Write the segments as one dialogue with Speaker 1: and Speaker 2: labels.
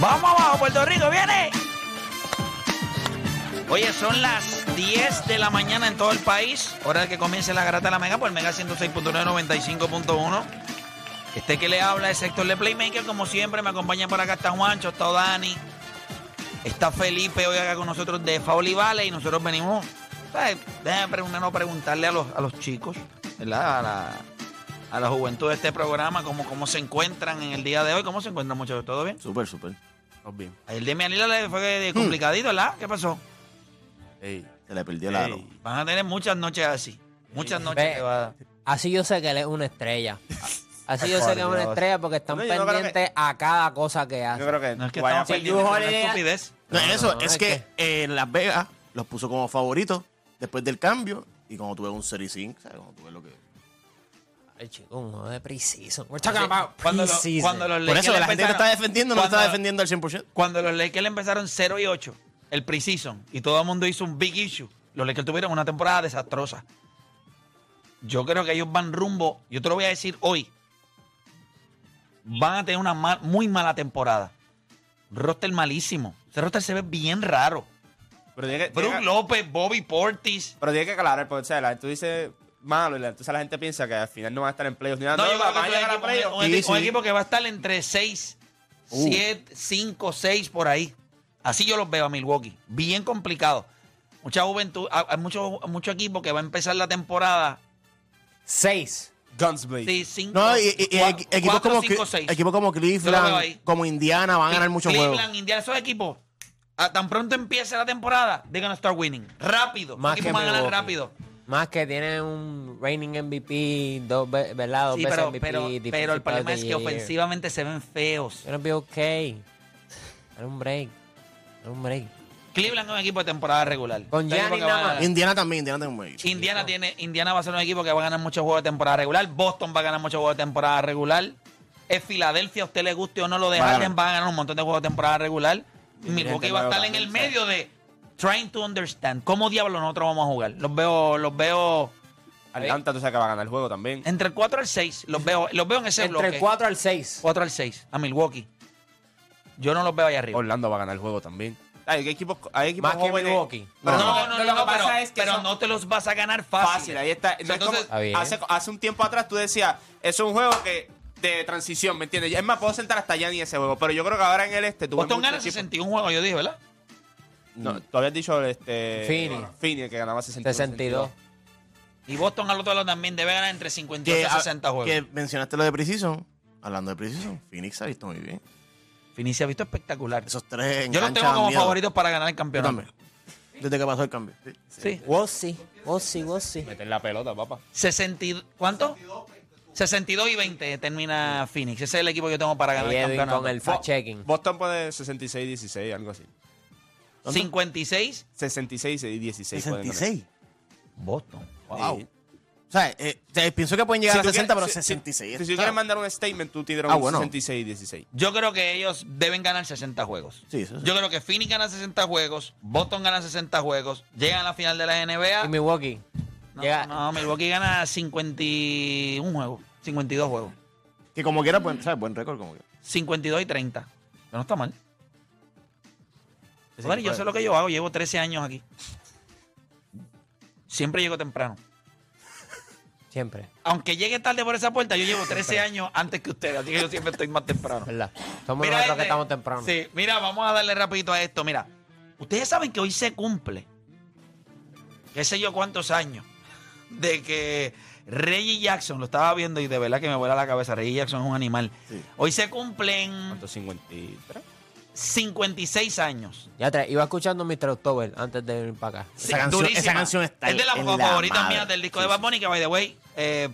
Speaker 1: Vamos abajo, Puerto Rico, viene. Oye, son las 10 de la mañana en todo el país. Hora de que comience la garata de la Mega por Mega 106.995.1. Este que le habla es Héctor de Playmaker. Como siempre, me acompaña por acá. Está Juancho, está Dani. Está Felipe hoy acá con nosotros de Fauli Vale. Y nosotros venimos. ¿sabes? Déjame preguntar- no, preguntarle a los, a los chicos, ¿verdad? A la, a la juventud de este programa, cómo, cómo se encuentran en el día de hoy. ¿Cómo se encuentran, muchachos? ¿Todo bien?
Speaker 2: Súper, súper. Estamos bien.
Speaker 1: El de mi Anila le fue
Speaker 2: Hmm.
Speaker 1: complicadito, ¿verdad? ¿Qué pasó?
Speaker 2: Ey. Se le perdió el aro.
Speaker 3: Ey.
Speaker 1: Van a tener muchas noches así. Muchas noches
Speaker 3: Ve.
Speaker 1: que va a-
Speaker 3: Así yo sé que él es una estrella. Así yo
Speaker 1: Por
Speaker 3: sé que es una
Speaker 1: Dios.
Speaker 3: estrella porque están
Speaker 4: No, yo no creo
Speaker 3: pendientes a cada cosa que hace.
Speaker 4: Yo creo que,
Speaker 1: No es que
Speaker 4: vaya
Speaker 1: estamos
Speaker 4: a
Speaker 1: perdiendo
Speaker 3: Drew
Speaker 1: una
Speaker 3: Holiday-
Speaker 1: estupidez.
Speaker 2: No,
Speaker 3: No,
Speaker 2: eso,
Speaker 3: no,
Speaker 2: es,
Speaker 3: es
Speaker 2: que, eh, Las Vegas los puso como favoritos después del cambio y cuando tuve un Series 5, ¿sabes? Cuando tuve lo que.
Speaker 3: Ay, chico, un juego de preciso. We're talking about
Speaker 1: Cuando, lo-
Speaker 3: preseason.
Speaker 1: cuando los
Speaker 2: Por
Speaker 1: Lakers
Speaker 2: eso la gente que
Speaker 1: empezaron-
Speaker 2: está defendiendo no lo está
Speaker 1: cuando-
Speaker 2: defendiendo al 100%.
Speaker 1: Cuando los Lakers empezaron 0 y 8, el preseason, y todo el mundo hizo un big issue, los Lakers tuvieron una temporada desastrosa. Yo creo que ellos van rumbo, yo te lo voy a decir hoy, van a tener una ma- muy mala temporada. Roster malísimo. Ese roster se ve bien raro.
Speaker 4: pero tiene que,
Speaker 1: Brook
Speaker 4: tiene que-
Speaker 1: López, Bobby Portis.
Speaker 4: pero tiene que aclarar, porque o sea, la- tú dices malo, y la- entonces la gente piensa que al final no van a estar en playoffs. ni nada.
Speaker 1: No, yo creo que
Speaker 4: van a
Speaker 1: es
Speaker 4: llegar a
Speaker 1: un equipo-
Speaker 4: playoffs.
Speaker 1: un,
Speaker 2: Sí,
Speaker 1: equipo- un
Speaker 2: sí. Uh.
Speaker 1: equipo que va a estar entre 6, 7, 5, 6 por ahí. Así yo los veo a Milwaukee. Bien complicado. Mucha juventud, hay hay mucho, mucho equipo que va a empezar la temporada.
Speaker 3: Seis.
Speaker 4: Guns Blazing.
Speaker 1: Sí, 5,
Speaker 2: No, y, y- y equi- equipos, como, Cl-
Speaker 1: 5, 6.
Speaker 2: equipos como
Speaker 1: Yo lo veo ahí.
Speaker 2: Cleveland, como Indiana van a ganar muchos
Speaker 1: Cleveland,
Speaker 2: juegos.
Speaker 1: Indiana, esos equipos. a- tan pronto empiece la temporada, they're gonna start winning. Rápido. Los
Speaker 3: Más
Speaker 1: equipos
Speaker 3: que
Speaker 1: van a ganar
Speaker 3: Milwaukee.
Speaker 1: rápido.
Speaker 3: Más que tiene un reigning MVP, dos, ve- ¿verdad? Dos
Speaker 1: Sí,
Speaker 3: veces
Speaker 1: pero,
Speaker 3: MVP.
Speaker 1: pero, pero el
Speaker 3: Defensive
Speaker 1: problema
Speaker 3: Player
Speaker 1: es que
Speaker 3: of the Year.
Speaker 1: ofensivamente se ven feos.
Speaker 3: Gonna be okay. Era un break. Era un break.
Speaker 1: Cleveland es un equipo de temporada regular.
Speaker 3: Con
Speaker 1: Este equipo
Speaker 3: Giannis
Speaker 1: que va a
Speaker 3: nada
Speaker 1: ganar.
Speaker 3: más.
Speaker 2: Indiana también, Indiana también.
Speaker 1: Indiana tiene, Indiana va a ser un equipo que va a ganar muchos juegos de temporada regular. Boston va a ganar muchos juegos de temporada regular. Es Filadelfia, a usted le guste o no lo de
Speaker 2: Va a
Speaker 1: Harden, va a ganar un montón de juegos de temporada regular.
Speaker 4: Y
Speaker 1: Milwaukee
Speaker 4: Durant
Speaker 1: va a estar en
Speaker 4: también,
Speaker 1: el
Speaker 4: sí.
Speaker 1: medio de trying to understand. ¿Cómo diablos nosotros vamos a jugar? Los veo, los veo
Speaker 4: Atlanta, tú sabes que va a ganar el juego también.
Speaker 1: entre el 4 al 6. Los veo, los veo en ese
Speaker 3: Entre
Speaker 1: bloque.
Speaker 3: el 4 al 6.
Speaker 1: 4 al 6, a Milwaukee. Yo no los veo ahí arriba.
Speaker 4: Orlando va a ganar el juego también. Hay equipos, hay equipos
Speaker 3: Más que
Speaker 4: jóvenes-
Speaker 3: Milwaukee.
Speaker 4: Pero
Speaker 1: no, no,
Speaker 4: no,
Speaker 1: no,
Speaker 4: lo que
Speaker 1: no,
Speaker 4: pasa
Speaker 1: pero,
Speaker 4: es que
Speaker 1: pero
Speaker 4: son-
Speaker 1: no te los vas a ganar
Speaker 4: fácil.
Speaker 1: fácil.
Speaker 4: ahí está. No es como-
Speaker 1: Entonces-
Speaker 3: Está bien.
Speaker 4: hace, hace un tiempo atrás tú decías, es un juego que de transición, ¿me entiendes? Es más, puedo sentar hasta allá ni ese juego, pero yo creo que ahora en el este tú ves
Speaker 1: Boston
Speaker 4: muchos
Speaker 1: gana
Speaker 4: equipos-
Speaker 1: 61 juegos, yo dije, ¿verdad?
Speaker 5: Mm.
Speaker 4: No, tú habías dicho este
Speaker 3: Phoenix.
Speaker 4: Phoenix, que ganaba 61.
Speaker 3: 62.
Speaker 1: Y Boston al otro lado también debe ganar entre 52
Speaker 2: Que,
Speaker 1: y
Speaker 2: a-
Speaker 1: 60 juegos.
Speaker 2: que mencionaste lo de Precision. Hablando de Precision, Phoenix ha visto muy bien.
Speaker 1: Finis se ha visto espectacular.
Speaker 2: Esos tres
Speaker 1: Yo los
Speaker 2: enganchan
Speaker 1: tengo como
Speaker 2: miedo.
Speaker 1: favoritos para ganar el
Speaker 2: Yo
Speaker 1: campeonato.
Speaker 2: también. Desde que pasó el cambio. Sí.
Speaker 1: Sí.
Speaker 3: Wossi, Wossi, Wossi.
Speaker 4: Meter la pelota, papá.
Speaker 1: 60, y- ¿Cuánto? 62 y 20 termina Phoenix. Ese es el equipo que yo tengo para ganar
Speaker 3: Y
Speaker 1: el
Speaker 3: Edwin con
Speaker 1: campeonato.
Speaker 3: el fact-checking.
Speaker 4: Boston pone 66-16, algo así.
Speaker 1: 56,
Speaker 4: 66 y 16. pueden ganar.
Speaker 2: 66.
Speaker 1: Boston.
Speaker 2: Wow. O sea, eh, te- pienso que pueden llegar
Speaker 4: tú
Speaker 2: a 60,
Speaker 4: quieres-
Speaker 2: pero
Speaker 4: si-
Speaker 2: 66.
Speaker 4: Si, si tú
Speaker 2: claro.
Speaker 4: quieres mandar un statement, tú tienes
Speaker 2: Ah,
Speaker 4: un
Speaker 2: bueno.
Speaker 4: 66 y 16.
Speaker 1: Yo creo que ellos deben ganar 60 juegos.
Speaker 2: Sí, eso sí.
Speaker 1: Yo creo que Phoenix gana 60 juegos, Boston gana 60 juegos, llegan a la final de la
Speaker 3: Y
Speaker 1: NBA.
Speaker 3: Milwaukee.
Speaker 1: No,
Speaker 3: Llega-
Speaker 1: no, Milwaukee gana 51 juegos, 52 juegos.
Speaker 2: Que como quiera, buen, ¿sabes? Buen récord. Como quiera.
Speaker 1: 52 y 30. Pero no está mal. Bueno, yo sé lo que yo hago, llevo 13 años aquí. Siempre llego temprano.
Speaker 3: Siempre,
Speaker 1: Aunque llegue tarde por esa puerta, yo llevo 13 años antes que ustedes, así que yo siempre estoy más temprano.
Speaker 3: ¿verdad? Somos
Speaker 1: Mira,
Speaker 3: nosotros que
Speaker 1: gente,
Speaker 3: estamos temprano.
Speaker 1: Sí, mira, vamos a darle rapidito a esto. Mira, ustedes saben que hoy se cumple, qué sé yo cuántos años, de que Reggie Jackson, lo estaba viendo y de verdad que me vuela la cabeza, Reggie Jackson es un animal.
Speaker 2: Sí.
Speaker 1: Hoy se cumplen
Speaker 4: ¿Cuánto? 53.
Speaker 1: 56 años.
Speaker 3: Ya tra- iba escuchando Mr. October antes de venir para acá.
Speaker 2: Esa canción-
Speaker 1: durísima.
Speaker 2: esa canción está
Speaker 1: Es de las
Speaker 2: en
Speaker 1: favoritas
Speaker 2: la
Speaker 1: favoritas
Speaker 2: madre.
Speaker 1: mías del disco
Speaker 2: Sí,
Speaker 1: de Bad
Speaker 2: sí.
Speaker 1: Bunny, que by the way, eh,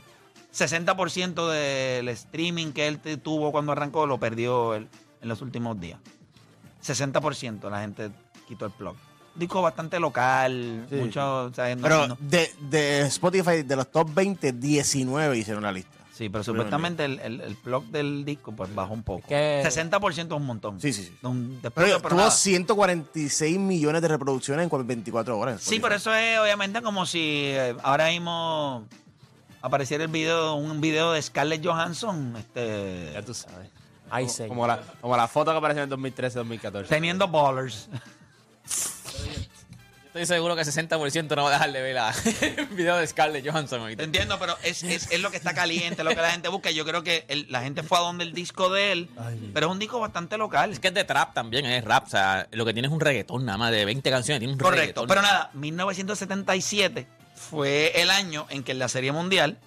Speaker 1: 60% del streaming que él te- tuvo cuando arrancó lo perdió él en los últimos días. 60% la gente quitó el plug. Disco bastante local,
Speaker 2: Sí.
Speaker 1: mucho, o sea, no-
Speaker 2: Pero
Speaker 1: no-
Speaker 2: de, de Spotify, de los top 20, 19 hicieron la lista.
Speaker 1: Sí, pero supuestamente el, el, el plug del disco pues bajó un poco.
Speaker 3: Es que-
Speaker 1: 60% es un montón.
Speaker 2: Sí, sí, sí.
Speaker 1: No, un- después
Speaker 2: Pero
Speaker 1: de-
Speaker 2: yo,
Speaker 1: pero
Speaker 2: tuvo
Speaker 1: nada.
Speaker 2: 146 millones de reproducciones en cua- 24 horas. en
Speaker 1: Sí,
Speaker 2: Spotify.
Speaker 1: pero eso es obviamente como si eh, ahora mismo apareciera el video, un video de Scarlett Johansson, este,
Speaker 4: tú sabes.
Speaker 3: Ay,
Speaker 4: Como-
Speaker 3: señor.
Speaker 4: Como la, como la foto que apareció en el 2013-2014.
Speaker 1: Teniendo ballers.
Speaker 5: Estoy seguro que 60% no va a dejar de ver la- el video de Scarlett Johansson
Speaker 1: Te
Speaker 5: ahorita.
Speaker 1: entiendo, pero es, es, es lo que está caliente, lo que la gente busca. Yo creo que el- la gente fue a donde el disco de él, pero es un disco bastante local.
Speaker 5: Es que es de trap también, es rap. O sea, lo que tiene es un reggaetón nada más de 20 canciones. Tiene un
Speaker 1: Correcto.
Speaker 5: reggaetón.
Speaker 1: Pero nada, 1977 fue el año en que en la Serie Mundial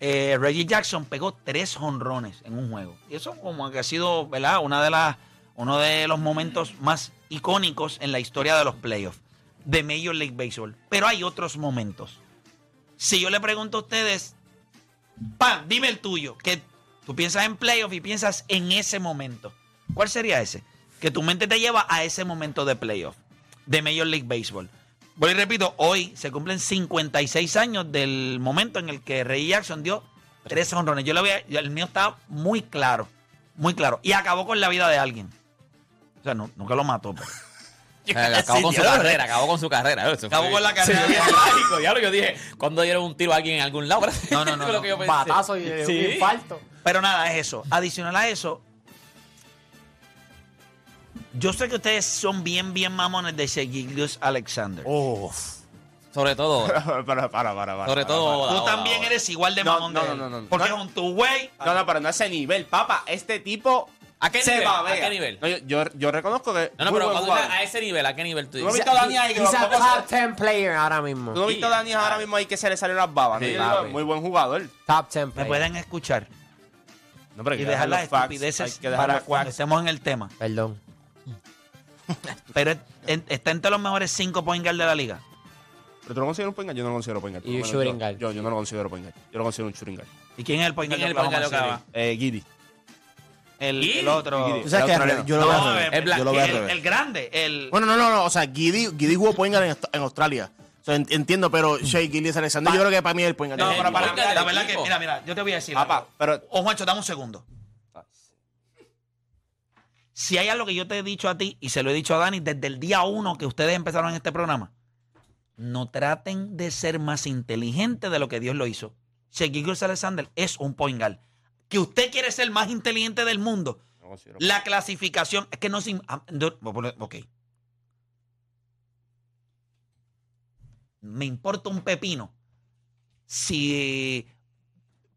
Speaker 1: eh, Reggie Jackson pegó tres honrones en un juego. Y eso como que ha sido, ¿verdad? Una de las, uno de los momentos más icónicos en la historia de los playoffs de Major League Baseball. Pero hay otros momentos. Si yo le pregunto a ustedes, ¡pam! Dime el tuyo. Que tú piensas en playoffs y piensas en ese momento. ¿Cuál sería ese? Que tu mente te lleva a ese momento de playoff de Major League Baseball. Voy y repito, hoy se cumplen 56 años del momento en el que Ray Jackson dio tres honrones. Yo lo veía, yo- el mío estaba muy claro, muy claro. Y acabó con la vida de alguien. O sea, no- nunca lo mató. pero-
Speaker 5: O sea, acabó con su carrera, acabó con su carrera. Eso
Speaker 1: Acabó
Speaker 5: fue-
Speaker 1: con la carrera.
Speaker 5: Sí, bien trágico, diablo. Yo dije, ¿cuándo dieron un tiro a alguien en algún lado?
Speaker 1: No, no, no,
Speaker 5: Fue lo
Speaker 1: no.
Speaker 5: que yo pensé.
Speaker 3: Batazo y eh,
Speaker 5: Sí.
Speaker 3: un infarto.
Speaker 1: Pero nada, es eso. Adicional a eso, yo sé que ustedes son bien, bien mamones de ese Gilgeous Alexander.
Speaker 4: Oh,
Speaker 2: Oh.
Speaker 5: Sobre todo.
Speaker 4: para, para, para, para.
Speaker 5: Sobre
Speaker 4: para,
Speaker 5: todo.
Speaker 1: Tú
Speaker 5: ahora,
Speaker 1: también
Speaker 5: ahora.
Speaker 1: eres igual de
Speaker 4: No,
Speaker 1: mamón
Speaker 4: no,
Speaker 1: de
Speaker 4: no,
Speaker 1: él.
Speaker 4: no, no, no.
Speaker 1: Porque
Speaker 4: No.
Speaker 1: con tu güey,
Speaker 4: para. No, no, pero no a ese nivel, papá. Este tipo.
Speaker 5: ¿A qué
Speaker 4: se
Speaker 5: nivel? ¿A
Speaker 4: babea.
Speaker 5: qué nivel?
Speaker 4: No, yo, yo- yo reconozco que.
Speaker 5: No, no,
Speaker 4: muy
Speaker 5: pero
Speaker 4: buen
Speaker 5: cuando
Speaker 4: jugador.
Speaker 5: dices a ese nivel, ¿a qué nivel
Speaker 4: ¿Tú
Speaker 5: tú
Speaker 4: no has
Speaker 5: dices?
Speaker 4: visto a Dani ahí? que
Speaker 3: He's a
Speaker 4: tampoco
Speaker 3: top
Speaker 4: se-
Speaker 3: 10 player ahora mismo.
Speaker 4: ¿Tú no has visto a Dani ahora mismo ahí que se le salen las babas? ¿no?
Speaker 3: Sí,
Speaker 4: Yo digo,
Speaker 3: papi.
Speaker 4: muy buen jugador.
Speaker 3: Top 10
Speaker 1: me
Speaker 3: player.
Speaker 1: pueden escuchar.
Speaker 4: No, pero hay
Speaker 1: y
Speaker 4: que
Speaker 1: dejar las
Speaker 4: los facts,
Speaker 1: estupideces
Speaker 4: Hay que dejar
Speaker 1: para
Speaker 4: las
Speaker 1: cuando
Speaker 4: facts.
Speaker 1: estemos en el tema.
Speaker 3: Perdón.
Speaker 1: Pero en- está entre los mejores cinco point guard de la liga.
Speaker 4: ¿Pero tú lo consideras un point guard? Yo no lo considero point guard.
Speaker 3: Y un
Speaker 4: Bueno,
Speaker 3: shooting
Speaker 4: yo-
Speaker 3: guard.
Speaker 4: Yo, yo no lo considero point guard. Yo lo considero un shooting guard.
Speaker 1: ¿Y quién es el point
Speaker 5: ¿Quién
Speaker 1: guard de
Speaker 5: es el point
Speaker 1: Oklahoma
Speaker 5: guard
Speaker 1: City?
Speaker 5: de Oklahoma?
Speaker 4: Eh, Giddy.
Speaker 1: El,
Speaker 5: ¿Y?
Speaker 1: el otro.
Speaker 4: ¿Y
Speaker 2: Tú sabes
Speaker 4: El
Speaker 2: que
Speaker 4: australiano.
Speaker 2: yo lo veo
Speaker 1: No,
Speaker 2: al revés.
Speaker 1: el,
Speaker 2: Yo lo veo al
Speaker 1: el-
Speaker 2: revés.
Speaker 1: el grande. El,
Speaker 2: Bueno, no, no, no. O sea, Giddy, Giddy jugó point guard en, Aust- en Australia. O sea, en- entiendo, pero Shea Gillis Alexander, yo creo que para mí es el point guard.
Speaker 5: No,
Speaker 2: de la
Speaker 5: pero
Speaker 2: liga.
Speaker 5: para- guard
Speaker 1: la
Speaker 5: del
Speaker 1: verdad que,
Speaker 5: equipo.
Speaker 1: mira, mira, yo te voy a decir.
Speaker 4: Papá,
Speaker 1: algo.
Speaker 4: pero.
Speaker 1: O Juancho, dame un segundo. Si hay algo que yo te he dicho a ti y se lo he dicho a Dani desde el día uno que ustedes empezaron en este programa, no traten de ser más inteligentes de lo que Dios lo hizo. Shaquille Alexander es un point guard. Que usted quiere ser más inteligente del mundo.
Speaker 4: no lo considero.
Speaker 1: La clasificación es que no se. ah, no, voy a poner- Ok. Me importa un pepino si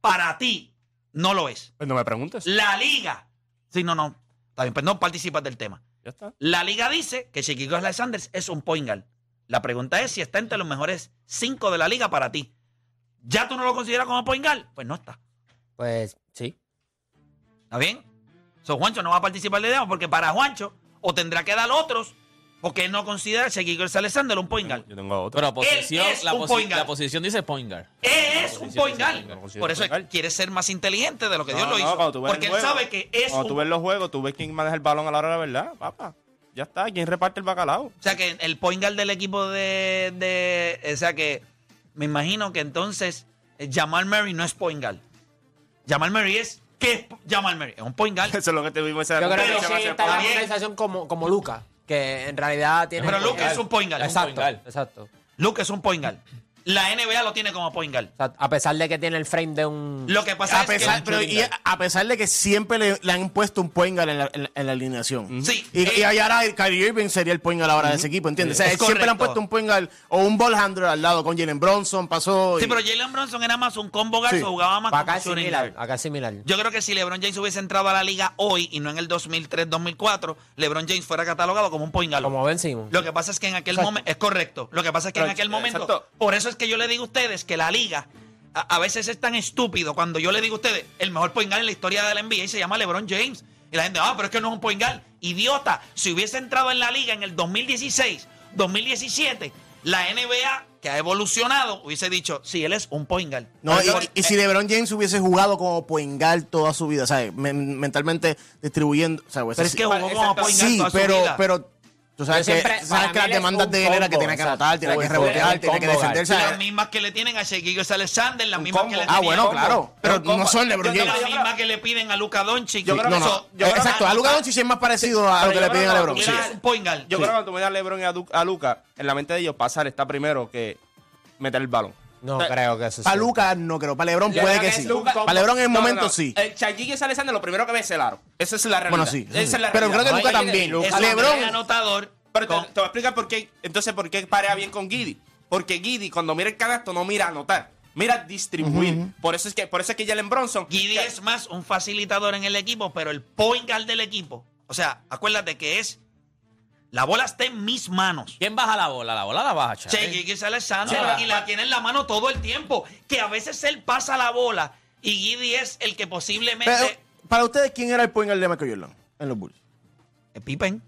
Speaker 1: para ti no lo es.
Speaker 4: Pues No me preguntes.
Speaker 1: La liga. Sí, no, no. Está bien, pero no participas del tema.
Speaker 4: Ya está.
Speaker 1: La liga dice que Chiquico Alexander es un point guard. La pregunta es si está entre los mejores cinco de la liga para ti. ¿Ya tú no lo consideras como point guard? Pues no está.
Speaker 3: Pues sí.
Speaker 1: ¿Está bien? So, Juancho no va a participar del tema porque para Juancho o tendrá que dar otros porque él no considera a Shaquille Alexander un point guard.
Speaker 4: Yo tengo a otro.
Speaker 5: Pero posición,
Speaker 1: Él es
Speaker 5: la,
Speaker 1: un
Speaker 5: posi-
Speaker 1: point guard.
Speaker 5: la posición dice point guard.
Speaker 1: Es un point
Speaker 4: No lo
Speaker 1: guard.
Speaker 4: considero
Speaker 1: Por eso
Speaker 4: point guard.
Speaker 1: quiere ser más inteligente de lo que
Speaker 4: No,
Speaker 1: Dios lo
Speaker 4: no,
Speaker 1: hizo.
Speaker 4: cuando tú ves
Speaker 1: porque
Speaker 4: el
Speaker 1: él
Speaker 4: juego,
Speaker 1: sabe que es
Speaker 4: Cuando tú
Speaker 1: un
Speaker 4: ves los juegos, tú ves quién maneja el balón a la hora de la verdad, papá. Ya está, quién reparte el bacalao.
Speaker 1: O sea que el point guard del equipo de, de- O sea que me imagino que entonces eh, Jamal Murray no es point guard. Jamal Murray es. ¿Qué es po- Jamal Murray? Es un point guard.
Speaker 4: Eso es lo que tuvimos esa
Speaker 3: Yo creo
Speaker 1: Pero
Speaker 3: que
Speaker 4: conversación
Speaker 3: sí
Speaker 4: hace
Speaker 3: está en
Speaker 4: poco.
Speaker 3: la
Speaker 1: bien.
Speaker 3: organización como, como Luca, que en realidad tiene.
Speaker 1: Pero
Speaker 3: un
Speaker 1: Luke
Speaker 3: point
Speaker 1: es
Speaker 3: guard.
Speaker 1: un point guard.
Speaker 5: Es un point
Speaker 3: Exacto,
Speaker 5: guard.
Speaker 3: exacto.
Speaker 1: Luke es un point guard. La NBA lo tiene como point guard.
Speaker 3: O sea, a pesar de que tiene el frame de un.
Speaker 1: Lo que pasa
Speaker 2: A
Speaker 1: es que-
Speaker 2: pesar, pero y a- a pesar de que siempre le, le han puesto un point guard en la, en la- en la alineación.
Speaker 1: Sí.
Speaker 2: Y, y ahí ahora el Kyrie Irving sería el point guard ahora de ese equipo, ¿entiendes? O sea,
Speaker 1: Es
Speaker 2: siempre le han
Speaker 1: correcto.
Speaker 2: puesto un point guard o un ball handler al lado con Jalen Bronson, pasó.
Speaker 1: Sí,
Speaker 2: y-
Speaker 1: pero Jalen Bronson era más un combo guard
Speaker 2: Sí.
Speaker 1: o jugaba más
Speaker 3: Acá
Speaker 1: como
Speaker 3: es
Speaker 1: shooting
Speaker 3: similar.
Speaker 1: guard.
Speaker 3: Acá es similar.
Speaker 1: Yo creo que si LeBron James hubiese entrado a la liga hoy y no en el 2003-2004, LeBron James fuera catalogado como un point guard.
Speaker 3: Como Ben Simmons.
Speaker 1: Lo que pasa es que en aquel
Speaker 3: Exacto.
Speaker 1: momento, es correcto, lo que pasa es que
Speaker 4: Pero,
Speaker 1: en aquel
Speaker 4: eh,
Speaker 1: momento,
Speaker 4: exacto.
Speaker 1: por eso es que yo le digo a ustedes que la liga a, a veces es tan estúpido cuando yo le digo a ustedes, el mejor point guard en la historia de la NBA y se llama LeBron James. Y la gente, ah, pero es que no es un point guard. Idiota, si hubiese entrado en la liga en el 2016, 2017, la NBA que ha evolucionado hubiese dicho, sí, él es un point guard.
Speaker 2: No, y,
Speaker 1: Pero-
Speaker 2: y si LeBron James hubiese jugado como point guard toda su vida, ¿sabes? Men- mentalmente distribuyendo. O sea, hubiese
Speaker 1: pero es que
Speaker 2: sido-
Speaker 1: jugó como
Speaker 4: Exacto.
Speaker 1: point guard
Speaker 2: sí,
Speaker 1: toda su
Speaker 2: pero,
Speaker 1: vida.
Speaker 2: pero tú sabes
Speaker 3: Pero
Speaker 2: que, sabes
Speaker 3: siempre, para
Speaker 2: que
Speaker 3: mí
Speaker 2: las
Speaker 3: él es
Speaker 2: demandas
Speaker 3: un
Speaker 2: de él era que
Speaker 3: combo,
Speaker 2: tiene que
Speaker 3: exacto.
Speaker 2: anotar, tiene
Speaker 3: Fue-
Speaker 2: que
Speaker 3: fue
Speaker 2: rebotear,
Speaker 3: un
Speaker 2: tiene que
Speaker 3: combo
Speaker 2: defenderse.
Speaker 1: Y las mismas que le tienen a Shaquille Alexander, las
Speaker 4: Un
Speaker 1: mismas
Speaker 4: combo.
Speaker 1: que le
Speaker 2: Ah,
Speaker 1: tenían-
Speaker 2: bueno, claro. Pero
Speaker 4: combo.
Speaker 2: no son LeBron
Speaker 4: Yo- yo-
Speaker 2: James.
Speaker 1: la
Speaker 4: creo-
Speaker 1: misma que le piden a Luca Doncic.
Speaker 4: Yo creo que
Speaker 2: No, no,
Speaker 4: eso- yo creo que-
Speaker 2: exacto. A Luka Doncic es más parecido a
Speaker 4: Pero
Speaker 2: lo que
Speaker 4: yo
Speaker 2: le
Speaker 4: creo
Speaker 2: piden a
Speaker 4: que
Speaker 2: LeBron.
Speaker 4: tú
Speaker 2: Sí.
Speaker 1: Era un point guard.
Speaker 4: Yo creo que cuando tú miras a LeBron y a, Du- a Luca, en la mente de ellos pasar está primero que meter el balón.
Speaker 3: No
Speaker 4: Pa-
Speaker 3: creo que eso sea.
Speaker 2: Para Lucas no creo. Para Lebron puede
Speaker 4: LeBron
Speaker 2: que
Speaker 4: es
Speaker 2: sí.
Speaker 4: un combo.
Speaker 2: Para Lebron en el
Speaker 4: No, no,
Speaker 2: momento
Speaker 4: no.
Speaker 2: sí.
Speaker 4: Eh, Shaquille es Alexander, lo primero que ve es el aro. Esa es la realidad.
Speaker 2: Bueno, sí, eso
Speaker 4: Esa
Speaker 2: sí.
Speaker 4: es la
Speaker 2: Pero creo
Speaker 4: realidad.
Speaker 2: que Luka
Speaker 4: No hay-
Speaker 2: también.
Speaker 1: Eso
Speaker 2: A LeBron.
Speaker 1: es anotador.
Speaker 4: Pero te,
Speaker 1: con-
Speaker 4: te voy a explicar por qué. Entonces, ¿por qué parea bien con Giddy? Porque Giddy, cuando mira el canasto, no mira anotar. Mira distribuir. Por eso es que, por eso es que Jalen Bronson.
Speaker 1: Giddy
Speaker 4: que-
Speaker 1: es más un facilitador en el equipo, pero el point guard del equipo. O sea, acuérdate que es. La bola está en mis manos.
Speaker 5: ¿Quién baja la bola? La bola la baja, Charlie.
Speaker 1: Che, Giddy es Alexander
Speaker 5: Sí, la-
Speaker 1: y la tiene en la mano todo el tiempo. Que a veces él pasa la bola y Giddy es el que posiblemente.
Speaker 2: Pero, para ustedes, ¿quién era el point guard de Michael Jordan en los Bulls?
Speaker 1: Eh, Pippen.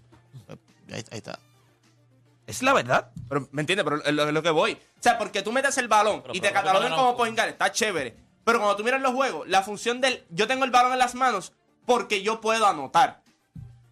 Speaker 2: Ahí, ahí está.
Speaker 1: Es la verdad.
Speaker 4: Pero, ¿Me entiendes? Pero es lo, es lo que voy. O sea, porque tú metes el balón
Speaker 5: Pero,
Speaker 4: y
Speaker 5: pero,
Speaker 4: te catalogan
Speaker 5: pero, pero,
Speaker 4: como point guard, está chévere. Pero cuando tú miras los juegos, la función del yo tengo el balón en las manos porque yo puedo anotar.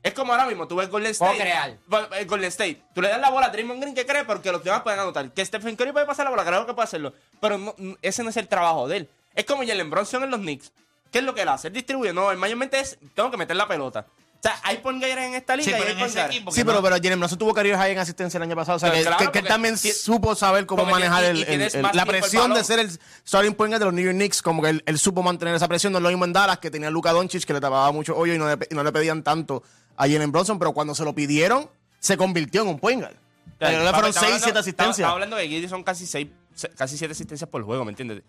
Speaker 4: Es como ahora mismo, tú ves Golden
Speaker 3: Puedo
Speaker 4: State.
Speaker 3: crear.
Speaker 4: Bueno, eh, Golden State. Tú le das la bola a Draymond Green que cree porque los demás pueden anotar. Que Stephen Curry puede pasar la bola, creo que puede hacerlo. Pero no- n- ese no es el trabajo de él. Es como Jalen Bronson en los Knicks. ¿Qué es lo que él hace? Él distribuye. No, él mayormente es tengo que meter la pelota. O sea, hay point guards en esta liga
Speaker 1: Sí,
Speaker 4: y
Speaker 1: pero
Speaker 4: hay
Speaker 1: en
Speaker 4: point
Speaker 1: ese
Speaker 4: guards.
Speaker 1: equipo.
Speaker 2: Sí,
Speaker 1: que no-
Speaker 2: pero, pero Jalen Bronson tuvo carrera high en asistencia el año pasado. O sea,
Speaker 4: Pero
Speaker 2: que,
Speaker 4: claro,
Speaker 2: que- que él
Speaker 4: porque
Speaker 2: también
Speaker 4: ti-
Speaker 2: supo saber cómo
Speaker 4: porque
Speaker 2: manejar
Speaker 4: ti-
Speaker 2: el-
Speaker 4: y
Speaker 2: el-
Speaker 4: tienes
Speaker 2: el-
Speaker 4: más
Speaker 2: la
Speaker 4: tiempo el
Speaker 2: presión de
Speaker 4: balón.
Speaker 2: ser el starting point guard de los New York Knicks. Como que él, él supo mantener esa presión. No es lo mismo en Dallas, que tenía a Luka Doncic, que le tapaba mucho hoyo y no le, pe- y no le pedían tanto a Jalen Bronson. Pero cuando se lo pidieron, se convirtió en un point guard.
Speaker 4: O sea,
Speaker 2: Pero le
Speaker 4: papi,
Speaker 2: fueron
Speaker 4: estaba
Speaker 2: 6, 7
Speaker 4: hablando- Estaba
Speaker 2: asistencias.
Speaker 4: hablando de que Giddy son casi 6, casi 7 asistencias por juego, ¿me entiendes?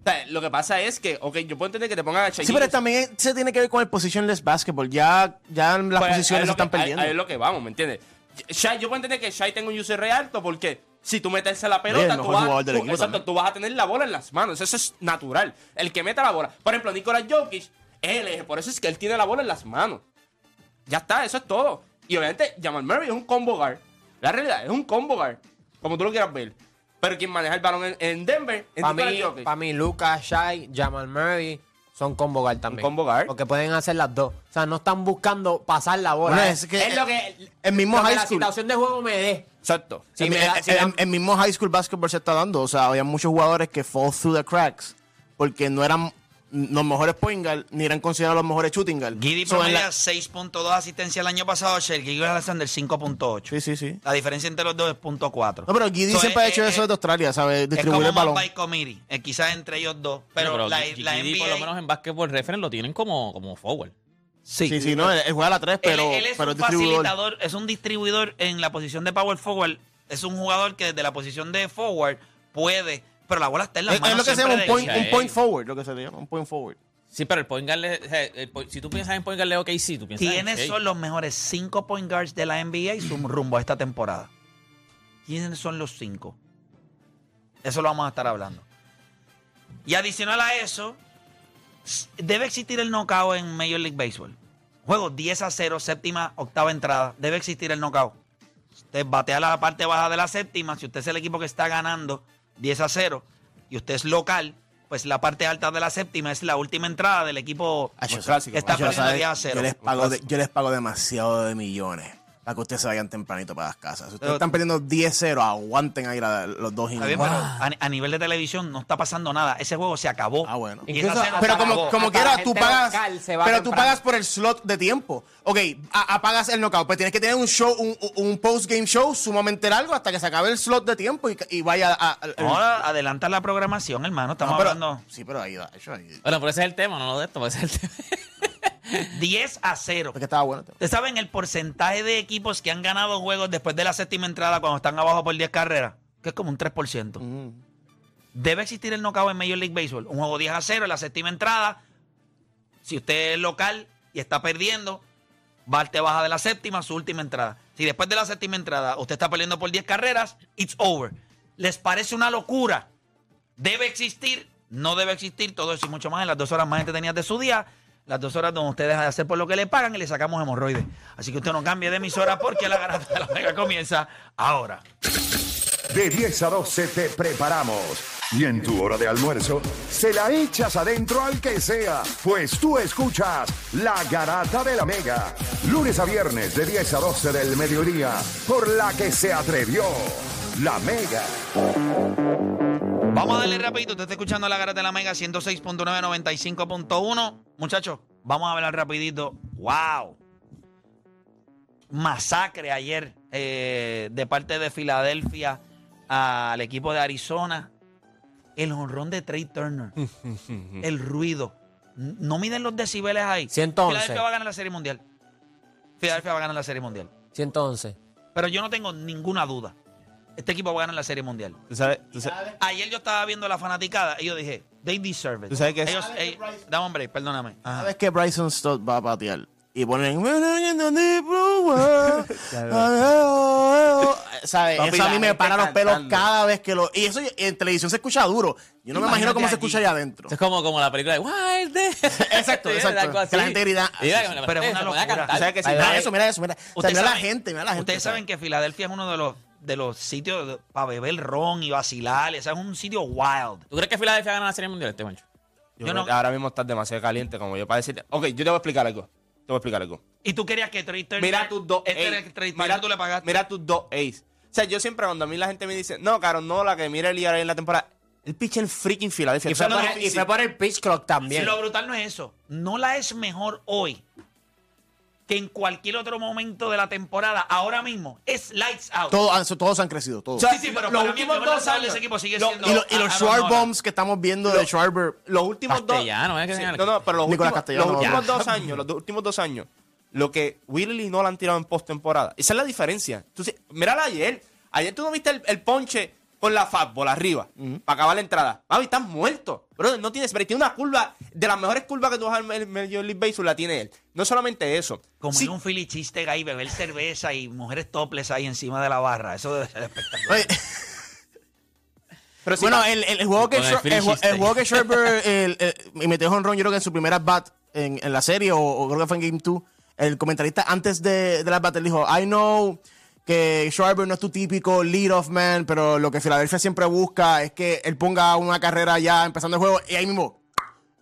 Speaker 4: O sea, lo que pasa es que, ok, yo puedo entender que te pongan a Shaquille.
Speaker 2: Sí, pero también se tiene que ver con el positionless basketball. Ya, ya las
Speaker 4: Pues, ahí
Speaker 2: posiciones
Speaker 4: es
Speaker 2: se
Speaker 4: lo que-
Speaker 2: están
Speaker 4: ahí-
Speaker 2: perdiendo.
Speaker 4: ahí es lo que vamos, ¿me entiendes? Shai, yo puedo entender que Shai tenga un user re alto porque si tú metes la
Speaker 2: Oye,
Speaker 4: pelota,
Speaker 2: el
Speaker 4: tú
Speaker 2: mejor
Speaker 4: vas,
Speaker 2: jugador del
Speaker 4: tú-
Speaker 2: equipo
Speaker 4: exacto,
Speaker 2: también.
Speaker 4: tú vas a tener la bola en las manos. Eso es natural. El que meta la bola. Por ejemplo, Nikola Jokic, él es, por eso es que él tiene la bola en las manos. Ya está, eso es todo. Y obviamente, Jamal Murray es un combo guard. La realidad, es un combo guard. Como tú lo quieras ver. Pero quien maneja el balón en, en Denver es
Speaker 3: Para
Speaker 4: Nikola
Speaker 3: mí,
Speaker 4: Jokic.
Speaker 3: pa' mí, Lucas, Shai, Jamal Murray son combo guard también.
Speaker 4: combo guard.
Speaker 3: Porque pueden hacer las dos. O sea, no están buscando pasar la bola.
Speaker 2: Bueno, es que-
Speaker 3: lo que...
Speaker 2: el mismo
Speaker 3: lo que
Speaker 2: high
Speaker 3: la
Speaker 2: school.
Speaker 3: situación de juego me dé.
Speaker 4: Exacto.
Speaker 3: Sí,
Speaker 2: el,
Speaker 3: me da-
Speaker 2: el-
Speaker 3: sí me da-
Speaker 2: el- el mismo high school basketball se está dando. O sea, había muchos jugadores que fall through the cracks porque no eran los mejores point guard ni eran considerados los mejores shooting guard.
Speaker 1: Giddy
Speaker 2: So, en
Speaker 1: promedia
Speaker 2: la-
Speaker 1: 6.2 asistencia el año pasado, Shell. Giddy Alexander 5.8.
Speaker 2: Sí, sí, sí.
Speaker 1: La diferencia entre los dos es .4.
Speaker 2: No, pero Giddy
Speaker 1: So,
Speaker 2: siempre ha
Speaker 1: eh,
Speaker 2: hecho
Speaker 1: eh,
Speaker 2: eso de Australia, ¿sabes?
Speaker 1: Es
Speaker 2: Distribuir
Speaker 1: como
Speaker 2: el balón.
Speaker 1: Mamba y Comiri, eh, quizás entre ellos dos. Pero,
Speaker 5: Pero,
Speaker 1: la,
Speaker 5: G-
Speaker 1: la
Speaker 5: GD,
Speaker 1: NBA,
Speaker 5: por lo menos en Basketball Reference, lo tienen como, como forward.
Speaker 1: sí.
Speaker 2: Sí, sí, no, él, él juega a la 3,
Speaker 1: Él-
Speaker 2: pero,
Speaker 1: él, es un
Speaker 2: pero es distribuidor.
Speaker 1: facilitador, es un distribuidor en la posición de power forward. Es un jugador que desde la posición de forward puede, pero la bola está en las
Speaker 2: Es, es
Speaker 1: manos
Speaker 2: lo que se
Speaker 1: siempre
Speaker 2: llama un
Speaker 1: de
Speaker 2: point,
Speaker 1: él.
Speaker 5: Shai.
Speaker 2: un point forward, lo que se le llama un point forward.
Speaker 5: Sí, pero el point guard, le- o sea, el point- si tú piensas en point guard de OKC, tú piensas en
Speaker 1: ¿Quiénes
Speaker 5: Shea.
Speaker 1: son los mejores cinco point guards de la NBA y su rumbo a esta temporada? ¿Quiénes son los cinco? Eso lo vamos a estar hablando. Y adicional a eso, s- debe existir el knockout en Major League Baseball. Juego 10 a 0, séptima, octava entrada. Debe existir el knockout. Usted batea la parte baja de la séptima. Si usted es el equipo que está ganando 10 a 0 y usted es local, pues la parte alta de la séptima es la última entrada del equipo
Speaker 3: Ah,
Speaker 2: Ay, Ah, yo-
Speaker 4: clásico,
Speaker 1: que Pues está
Speaker 2: yo-
Speaker 1: perdiendo Pues
Speaker 2: ¿sabes?
Speaker 1: 10 a 0.
Speaker 2: Yo les, pago de- yo les pago demasiado de millones para que ustedes se vayan tempranito para las casas. Si ustedes están perdiendo 10-0, aguanten ahí la- los dos
Speaker 1: Está
Speaker 2: innings.
Speaker 1: bien, pero a, a nivel de televisión no está pasando nada. Ese juego se acabó.
Speaker 2: Ah, bueno.
Speaker 1: Y
Speaker 3: Incluso
Speaker 1: esa cena
Speaker 2: Pero
Speaker 1: se
Speaker 2: como,
Speaker 1: acabó.
Speaker 2: como
Speaker 3: Hasta
Speaker 2: quiera,
Speaker 3: la
Speaker 2: tú
Speaker 3: gente
Speaker 2: pagas.
Speaker 3: local se va
Speaker 2: Pero tú
Speaker 3: temprano.
Speaker 2: pagas por el slot de tiempo. Ok, a- apagas el knockout. Pero tienes que tener un show, un, un post-game show sumamente largo hasta que se acabe el slot de tiempo y, y vaya a. a- el-
Speaker 1: Ahora adelanta la programación, hermano. Estamos
Speaker 2: No, pero-
Speaker 1: hablando
Speaker 2: Sí, pero ahí va. eso ahí-
Speaker 5: Bueno, pero ese es el tema, no lo de esto, pero ese es el tema.
Speaker 1: 10 a 0.
Speaker 2: Porque estaba bueno.
Speaker 1: Ustedes saben el porcentaje de equipos que han ganado juegos después de la séptima entrada cuando están abajo por 10 carreras, que es como un 3%. Debe existir el knockout en Major League Baseball. Un juego 10 a 0 en la séptima entrada. Si usted es local y está perdiendo, va al te baja de la séptima, su última entrada. Si después de la séptima entrada usted está perdiendo por 10 carreras, it's over. ¿Les parece una locura? ¿Debe existir? No debe existir. Todo eso y mucho más en las dos horas más entretenidas de su día. Las dos horas donde usted deja de hacer por lo que le pagan y le sacamos hemorroides. Así que usted no cambie de emisora porque la garata de la mega comienza ahora.
Speaker 6: De 10 a 12 te preparamos. Y en tu hora de almuerzo, se la echas adentro al que sea, pues tú escuchas La Garata de la Mega. Lunes a viernes de 10 a 12 del mediodía, por la que se atrevió La Mega.
Speaker 1: Vamos a darle rapidito. Usted está escuchando la garata de la mega 106.995.1. Muchachos, vamos a hablar rapidito. ¡Wow! Masacre ayer eh, de parte de Filadelfia al equipo de Arizona. el honrón de Trey Turner, el ruido. N- No miden los decibeles ahí.
Speaker 3: 111.
Speaker 1: Filadelfia va a ganar la Serie Mundial. Filadelfia va a ganar la Serie Mundial.
Speaker 3: 111.
Speaker 1: Pero yo no tengo ninguna duda. Este equipo va a ganar la Serie Mundial.
Speaker 7: ¿Tú sabes, tú sa-
Speaker 1: Ayer yo estaba viendo la fanaticada y yo dije, they deserve it.
Speaker 7: ¿Tú sabes qué es?
Speaker 1: Ellos- eh, dame un break, perdóname. Ajá.
Speaker 2: Sabes que Bryson Stott va a patear y ponen. ¿Sabes?
Speaker 7: Papi,
Speaker 2: Eso a
Speaker 7: la
Speaker 2: mí me
Speaker 7: gente
Speaker 2: para los pelos
Speaker 7: cantando.
Speaker 2: cada vez que lo. Y eso en televisión se escucha duro. Yo no me imagino cómo se
Speaker 1: Imagínate
Speaker 2: escucha
Speaker 1: allí.
Speaker 2: allá adentro.
Speaker 5: Eso es como, como la película de Wild.
Speaker 2: Exacto, exacto. Que la gente grita,
Speaker 1: Pero es una locura.
Speaker 7: tú sabes que si
Speaker 2: Mira
Speaker 7: nadie-
Speaker 2: eso, mira eso, mira. O sea,
Speaker 1: Ustedes
Speaker 2: mira la
Speaker 1: saben-
Speaker 2: gente, mira la gente.
Speaker 1: Ustedes saben que Filadelfia es uno de los, de los sitios para beber ron y vacilar. O sea, es un sitio wild.
Speaker 5: ¿Tú crees que Filadelfia gana la Serie Mundial este mancho?
Speaker 1: Yo
Speaker 4: Yo creo
Speaker 1: no-
Speaker 4: que ahora mismo estás demasiado caliente como yo para decirte. Ok, yo te voy a explicar algo. Te voy a explicar algo.
Speaker 1: Y tú querías que Trey Turner-
Speaker 4: Mira tus dos
Speaker 1: Este era el
Speaker 4: ace.
Speaker 1: que Trey Turner
Speaker 4: Mira,
Speaker 1: tú le pagaste.
Speaker 4: mira tus dos ace. O sea, yo siempre cuando a mí la gente me dice, no, caro, no, la que mira el IRA en la temporada. El pitch en freaking Filadelfia.
Speaker 3: Y
Speaker 4: Eso
Speaker 3: fue,
Speaker 4: es lo
Speaker 3: por el, y
Speaker 4: difícil.
Speaker 3: fue por el pitch clock
Speaker 1: Si
Speaker 3: también.
Speaker 1: lo brutal no es eso. No la es mejor hoy que en cualquier otro momento de la temporada. Ahora mismo es lights out.
Speaker 2: Todo- ah, todos han crecido, todos.
Speaker 4: sea,
Speaker 1: sí, sí, pero
Speaker 4: los
Speaker 1: para mí el
Speaker 4: últimos
Speaker 1: mejor
Speaker 4: dos
Speaker 1: lanzador de
Speaker 4: años-
Speaker 1: ese equipo sigue
Speaker 4: lo-
Speaker 1: siendo
Speaker 2: y, lo- y los
Speaker 1: Aaron
Speaker 2: Schwarber
Speaker 1: Nola.
Speaker 2: bombs que estamos viendo de Schwarber.
Speaker 4: Los últimos dos.
Speaker 5: Castellano, ¿eh? Que
Speaker 4: Sí,
Speaker 5: señala.
Speaker 4: No, no, pero los
Speaker 2: Nicolás
Speaker 4: últimos,
Speaker 2: Castellano,
Speaker 4: los
Speaker 2: no.
Speaker 4: últimos dos años, los dos últimos dos años, lo que Willy y Nola han tirado en postemporada. Esa es la diferencia. Entonces, mírala ayer. Ayer tú no viste el, el ponche con la fastball arriba para acabar la entrada. Mami, estás muerto. Brother, no tienes break. Tiene una curva, de las mejores curvas que tú vas a ver en el Major League Baseball, la tiene él. No solamente eso.
Speaker 1: Como
Speaker 4: Sí,
Speaker 1: ir a un Philly chiste ahí, beber cerveza y mujeres toples ahí encima de la barra. Eso debe ser espectacular.
Speaker 2: Oye,
Speaker 4: pero sí-
Speaker 2: bueno, el, el juego que
Speaker 5: Con el
Speaker 2: Schwar- el,
Speaker 5: free
Speaker 2: ju- el
Speaker 5: system.
Speaker 2: juego que Schwarber el- el- y metió jonrón, yo creo que en su primera bat en, en la serie, o, o creo que fue en Game 2, el comentarista antes de, de la bat le dijo, I know que Schwarber no es tu típico lead-off man, pero lo que Filadelfia siempre busca es que él ponga una carrera ya empezando el juego y ahí mismo...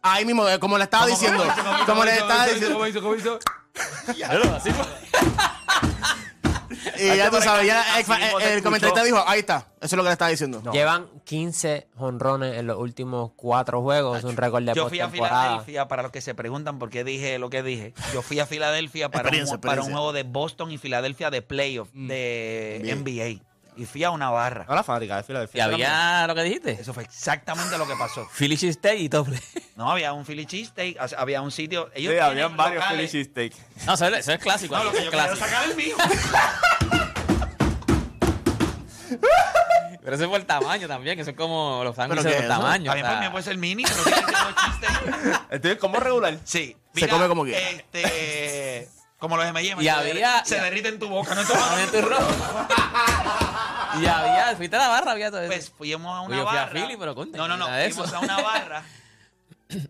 Speaker 2: Ahí mismo, eh, como le estaba diciendo, como le estaba diciendo, y ya tú sabes, ya el,
Speaker 4: Así mismo se
Speaker 2: el comentarista dijo, ahí está, eso es lo que le estaba diciendo.
Speaker 3: Llevan 15 jonrones en los últimos cuatro juegos. Es un récord de
Speaker 1: Yo fui a
Speaker 3: postemporada.
Speaker 1: Filadelfia, para los que se preguntan por qué dije lo que dije, yo fui a Filadelfia para, un,
Speaker 2: Experiencia,
Speaker 1: para un
Speaker 2: experiencia.
Speaker 1: juego de Boston y Filadelfia de playoff de NBA. Y fui a una barra.
Speaker 4: No, la fanática de
Speaker 5: Y
Speaker 4: Filadelfia.
Speaker 5: había lo que dijiste.
Speaker 1: Eso fue exactamente lo que pasó.
Speaker 5: Philly Cheesesteak y Tople.
Speaker 1: No, había un Philly cheesesteak, o sea, había un sitio... Ellos
Speaker 4: Sí,
Speaker 1: tienen
Speaker 4: habían varios
Speaker 1: locales.
Speaker 4: Philly cheesesteak.
Speaker 5: No, eso es, eso es clásico.
Speaker 1: No, lo
Speaker 5: eso
Speaker 1: que
Speaker 5: es
Speaker 1: yo quiero
Speaker 5: clásico.
Speaker 1: sacar el mío.
Speaker 5: Pero eso es por el tamaño también, que son como los sándwiches
Speaker 2: ¿qué
Speaker 5: de
Speaker 2: es
Speaker 5: los
Speaker 2: eso?
Speaker 5: tamaños.
Speaker 1: También
Speaker 5: o sea.
Speaker 1: pues, mío puede ser mini, pero tiene que ser un cheesesteak.
Speaker 4: Entonces, ¿cómo regular?
Speaker 1: Sí.
Speaker 2: Se come como quiera.
Speaker 1: Este, como los M&M.
Speaker 5: Y
Speaker 1: se
Speaker 5: había-
Speaker 1: derri- Se
Speaker 5: y-
Speaker 1: derrite en tu boca, no en tu mano.
Speaker 5: También tu ropa. Y había, fuiste a la barra, había todo eso.
Speaker 1: Pues fuimos a una
Speaker 5: Yo fui a
Speaker 1: barra.
Speaker 5: Philly, pero conte,
Speaker 1: no, no, no.
Speaker 5: nada de
Speaker 1: Fuimos
Speaker 5: eso.
Speaker 1: a una barra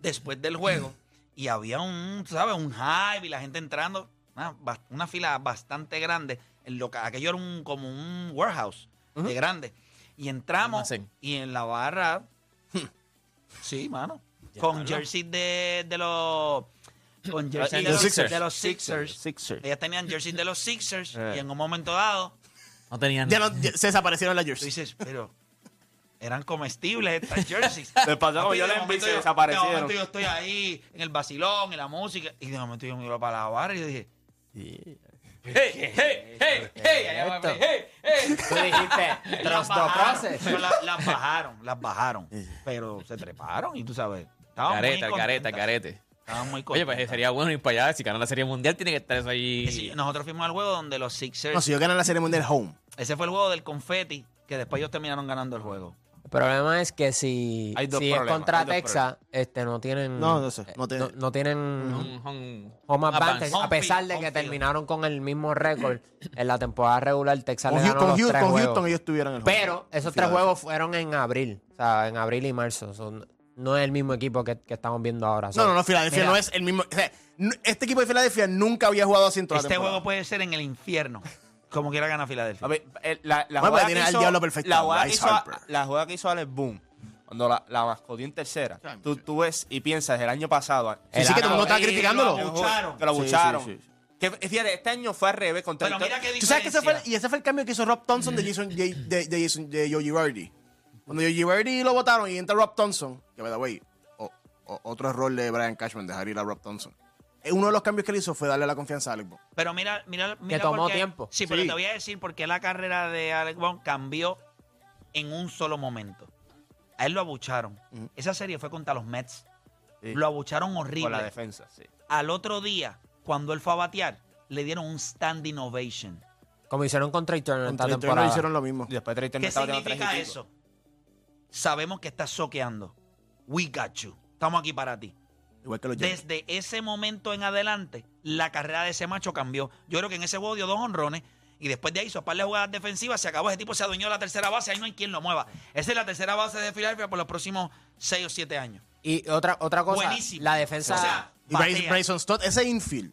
Speaker 1: después del juego y había un, tú ¿sabes? Un hype y la gente entrando. Una, bas- una fila bastante grande. El loca- aquello era un, como un warehouse de grande. Y entramos
Speaker 5: Almacén.
Speaker 1: y en la barra. sí, mano. Con jersey de, de los. Con jersey de,
Speaker 5: los
Speaker 1: los
Speaker 5: Sixers.
Speaker 1: de los Sixers.
Speaker 4: Sixers.
Speaker 1: Ellas tenían jersey de los Sixers
Speaker 5: Eh.
Speaker 1: y en un momento dado
Speaker 5: no tenían
Speaker 2: Ya no- ya se desaparecieron las
Speaker 1: tú
Speaker 2: jerseys.
Speaker 1: dices, pero eran comestibles estas jerseys.
Speaker 4: Les pasó como
Speaker 1: Papi,
Speaker 4: yo
Speaker 1: de
Speaker 4: les envié,
Speaker 1: momento
Speaker 4: se
Speaker 1: yo-
Speaker 4: desaparecieron.
Speaker 1: De momento yo estoy ahí en el vacilón, en la música, y de momento yo me iba para la barra y yo dije,
Speaker 5: ¡Hey, hey, hey, hey! Allá va,
Speaker 3: Esto.
Speaker 5: hey, hey.
Speaker 3: Tú dijiste,
Speaker 1: las
Speaker 3: trust the
Speaker 1: bajaron,
Speaker 3: process.
Speaker 1: pero la- las bajaron, las bajaron, pero se treparon y tú sabes. Estaban
Speaker 5: Careta,
Speaker 1: muy
Speaker 5: careta,
Speaker 1: contentas,
Speaker 5: carete.
Speaker 1: Estaban muy
Speaker 5: Oye, pues
Speaker 1: contentas.
Speaker 5: sería bueno ir para allá. Si ganan la Serie Mundial, tiene que estar eso
Speaker 1: Que sí,
Speaker 5: ahí.
Speaker 1: Nosotros fuimos al juego donde los Sixers,
Speaker 2: No, si yo gané la serie mundial home.
Speaker 1: ese fue el juego del confeti, que después ellos terminaron ganando el juego.
Speaker 3: El problema es que si,
Speaker 4: Hay dos
Speaker 3: si es
Speaker 4: problemas,
Speaker 3: contra
Speaker 4: hay dos
Speaker 3: Texas, este, no tienen.
Speaker 2: No, no sé,
Speaker 3: eh,
Speaker 2: no tienen-
Speaker 3: no, no tienen
Speaker 5: Un home-
Speaker 3: home
Speaker 5: un
Speaker 3: advantage.
Speaker 5: advance.
Speaker 1: Home
Speaker 3: A pesar de
Speaker 1: field,
Speaker 3: que
Speaker 1: home field.
Speaker 3: terminaron con el mismo récord en la temporada regular, Texas
Speaker 2: Con,
Speaker 3: le
Speaker 2: Hu-
Speaker 3: ganó
Speaker 2: con
Speaker 3: los
Speaker 2: Hu-
Speaker 3: tres
Speaker 2: con
Speaker 3: juegos.
Speaker 2: Houston ellos tuvieron el home.
Speaker 3: Pero esos tres
Speaker 2: Filadelfia.
Speaker 3: juegos fueron en abril. O sea, en abril y marzo. Son- no es el mismo equipo que, que estamos viendo ahora.
Speaker 2: No,
Speaker 3: So,
Speaker 2: no, no, Filadelfia
Speaker 3: mira,
Speaker 2: no es el mismo. o sea, n- este equipo de Filadelfia nunca había jugado así en toda la
Speaker 1: Este
Speaker 2: temporada.
Speaker 1: juego puede ser en el infierno, como quiera ganar Filadelfia.
Speaker 4: A ver, el- la, la
Speaker 2: Bueno,
Speaker 4: jugada
Speaker 2: pues tiene
Speaker 4: que
Speaker 2: al
Speaker 4: hizo,
Speaker 2: diablo perfecto,
Speaker 4: La jugada, que
Speaker 2: Bryce
Speaker 4: hizo, a-
Speaker 2: Harper.
Speaker 4: la jugada que hizo Alex Boom, cuando la, la mascotió en tercera, tú, tú ves y piensas el año pasado.
Speaker 2: Sí, sí, que todo el mundo está
Speaker 1: Sí, lo
Speaker 2: criticándolo.
Speaker 1: abucharon.
Speaker 4: Que lo
Speaker 2: Sí,
Speaker 4: bucharon.
Speaker 2: sí, sí.
Speaker 4: Que, fíjate, este año fue al revés. Contra
Speaker 1: Pero mira qué
Speaker 2: ¿Tú sabes que ese fue, el-
Speaker 1: diferencia.
Speaker 2: y ese fue el cambio que hizo Rob Thompson de Jason, de, de, de Jason, de Joe Girardi. Cuando Joe Girardi lo votaron y entra Rob Thompson, que by the way, o- o- otro error de Brian Cashman, dejar ir a Rob Thompson. Eh, Uno de los cambios que le hizo fue darle la confianza a Alec Bohm.
Speaker 1: Pero mira, mira, mira.
Speaker 3: tomó
Speaker 1: por qué-
Speaker 3: tiempo.
Speaker 1: Sí, pero
Speaker 2: Sí.
Speaker 1: te voy a decir por qué la carrera de Alec Bond cambió en un solo momento. A él lo abucharon. Esa serie fue contra los Mets.
Speaker 4: Sí.
Speaker 1: Lo abucharon horrible.
Speaker 4: Con la defensa, sí.
Speaker 1: Al otro día, cuando él fue a batear, le dieron un standing ovation.
Speaker 3: Como hicieron con Trey Turner
Speaker 2: Con
Speaker 3: esta
Speaker 2: Trey Turner
Speaker 3: temporada.
Speaker 2: hicieron lo mismo.
Speaker 4: Y después Trey Turner
Speaker 1: ¿Qué
Speaker 4: estaba tirando tres y
Speaker 1: significa
Speaker 4: pico.
Speaker 1: eso? Sabemos que estás soqueando. We got you. Estamos aquí para ti.
Speaker 2: Igual que los Yankees.
Speaker 1: Desde ese momento en adelante, la carrera de ese macho cambió. Yo creo que en ese juego dio dos honrones y después de ahí hizo par de jugadas defensivas, se acabó. Ese tipo se adueñó de la tercera base, ahí no hay quien lo mueva. Esa es la tercera base de Filadelfia por los próximos seis o siete años.
Speaker 3: Y otra, otra cosa,
Speaker 1: Buenísimo.
Speaker 3: la defensa.
Speaker 1: O sea,
Speaker 2: Y Bryce-
Speaker 1: batea.
Speaker 2: Bryson Stott, ese infield.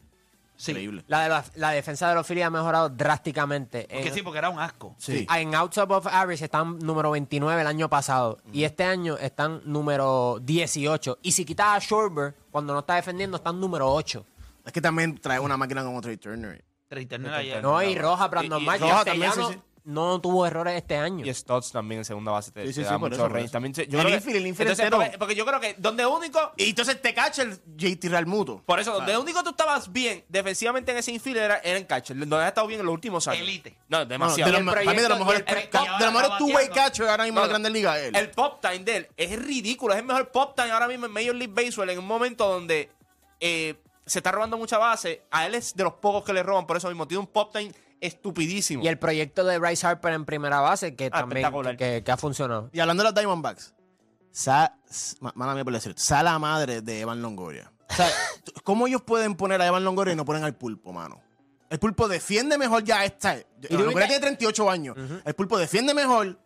Speaker 1: Sí.
Speaker 2: Increíble.
Speaker 3: la, de la, la defensa de los Phillies ha mejorado drásticamente.
Speaker 1: Porque
Speaker 3: En-
Speaker 1: sí, porque era un asco.
Speaker 2: Sí.
Speaker 3: Ah, En outs above average están número 29 el año pasado. Y este año están número 18. Y si quitas a Schwarber, cuando no está defendiendo, están número 8.
Speaker 2: Es que también trae una máquina como Trey Turner.
Speaker 1: Trey Turner ayer.
Speaker 3: No, y Roja, Brandon
Speaker 4: Y- y
Speaker 3: Marshall,
Speaker 2: Roja también,
Speaker 3: Castellano
Speaker 2: sí, sí.
Speaker 3: no tuvo errores este año.
Speaker 4: Y Stotts también en segunda base te,
Speaker 2: Sí, sí,
Speaker 4: te
Speaker 2: sí,
Speaker 4: da
Speaker 2: por
Speaker 4: mucho
Speaker 2: eso, por
Speaker 4: range.
Speaker 2: eso.
Speaker 4: También, se-
Speaker 2: El
Speaker 4: creo que-
Speaker 2: infield, el infield
Speaker 4: entonces,
Speaker 2: entero.
Speaker 4: porque, porque yo creo que donde único...
Speaker 2: Y entonces te cacha el JT Real Muto.
Speaker 4: Por eso, donde único tú estabas bien defensivamente en ese infield era, era en catcher. Donde has estado bien en los últimos años.
Speaker 1: Elite.
Speaker 4: No,
Speaker 2: No, de
Speaker 4: demasiado.
Speaker 2: los,
Speaker 4: Y el
Speaker 2: para mí de los
Speaker 4: proyecto- y
Speaker 2: mejores,
Speaker 4: el
Speaker 2: tres-
Speaker 4: proyecto-
Speaker 1: y ahora
Speaker 2: de los mejores
Speaker 1: está
Speaker 2: two-way
Speaker 1: bateando.
Speaker 2: catchers ahora mismo en la
Speaker 4: No, no.
Speaker 2: Grandes Ligas. él.
Speaker 4: El pop time de él es ridículo. Es el mejor pop time ahora mismo en Major League Baseball. En un momento donde eh, se está robando mucha base. A él es de los pocos que le roban. Por eso mismo tiene un pop time estupidísimo.
Speaker 3: Y el proyecto de Bryce Harper en primera base, que
Speaker 4: Ah,
Speaker 3: también
Speaker 4: espectacular.
Speaker 3: que, que ha funcionado.
Speaker 2: Y hablando de los Diamondbacks, sa, s- ma- mala mía por decir, sa la madre de Evan Longoria. O sea, t- ¿cómo ellos pueden poner a Evan Longoria y no ponen al pulpo, mano? El pulpo defiende mejor ya está.
Speaker 3: tú
Speaker 2: Longoria
Speaker 3: viste-
Speaker 2: tiene 38 años. El pulpo defiende mejor.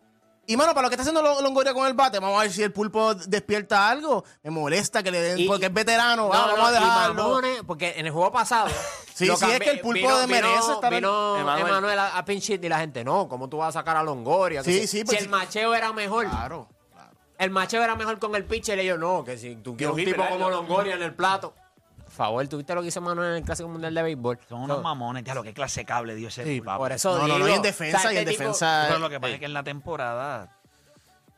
Speaker 2: Y, mano, para lo que está haciendo Lo- Longoria con el bate, vamos a ver si el pulpo despierta algo. Me molesta que le den,
Speaker 3: Y-
Speaker 2: porque es veterano.
Speaker 3: No,
Speaker 2: ah,
Speaker 3: no,
Speaker 2: vamos a
Speaker 3: y
Speaker 2: dejarlo.
Speaker 3: mamones, porque en el juego pasado.
Speaker 2: Sí,
Speaker 3: lo
Speaker 2: sí, es
Speaker 3: cambié-
Speaker 2: que el pulpo de merece estar en-
Speaker 3: Vino
Speaker 4: Emanuel.
Speaker 3: Emanuel a, a pinch hit y la gente, no, ¿cómo tú vas a sacar a Longoria? Que
Speaker 2: Sí,
Speaker 3: si-
Speaker 2: sí,
Speaker 3: Si
Speaker 2: pues
Speaker 3: el
Speaker 2: sí.
Speaker 3: macheo era mejor.
Speaker 2: Claro.
Speaker 3: El macheo era mejor con el pitcher. Y yo, no, que si tú quieres un
Speaker 4: horrible,
Speaker 3: tipo
Speaker 4: ¿verdad?
Speaker 3: como Longoria en el plato. Por favor, ¿tuviste lo que hizo Manuel en el Clásico Mundial de Béisbol?
Speaker 1: Son unos
Speaker 3: No,
Speaker 1: mamones, ya lo que clase de cable dio ese.
Speaker 4: Sí,
Speaker 1: tipo.
Speaker 4: papá.
Speaker 3: Por eso
Speaker 2: No, no, no,
Speaker 3: digo,
Speaker 2: y en defensa,
Speaker 3: o sea,
Speaker 2: y en
Speaker 3: este tipo-
Speaker 2: defensa.
Speaker 1: Pero lo que pasa es que en la temporada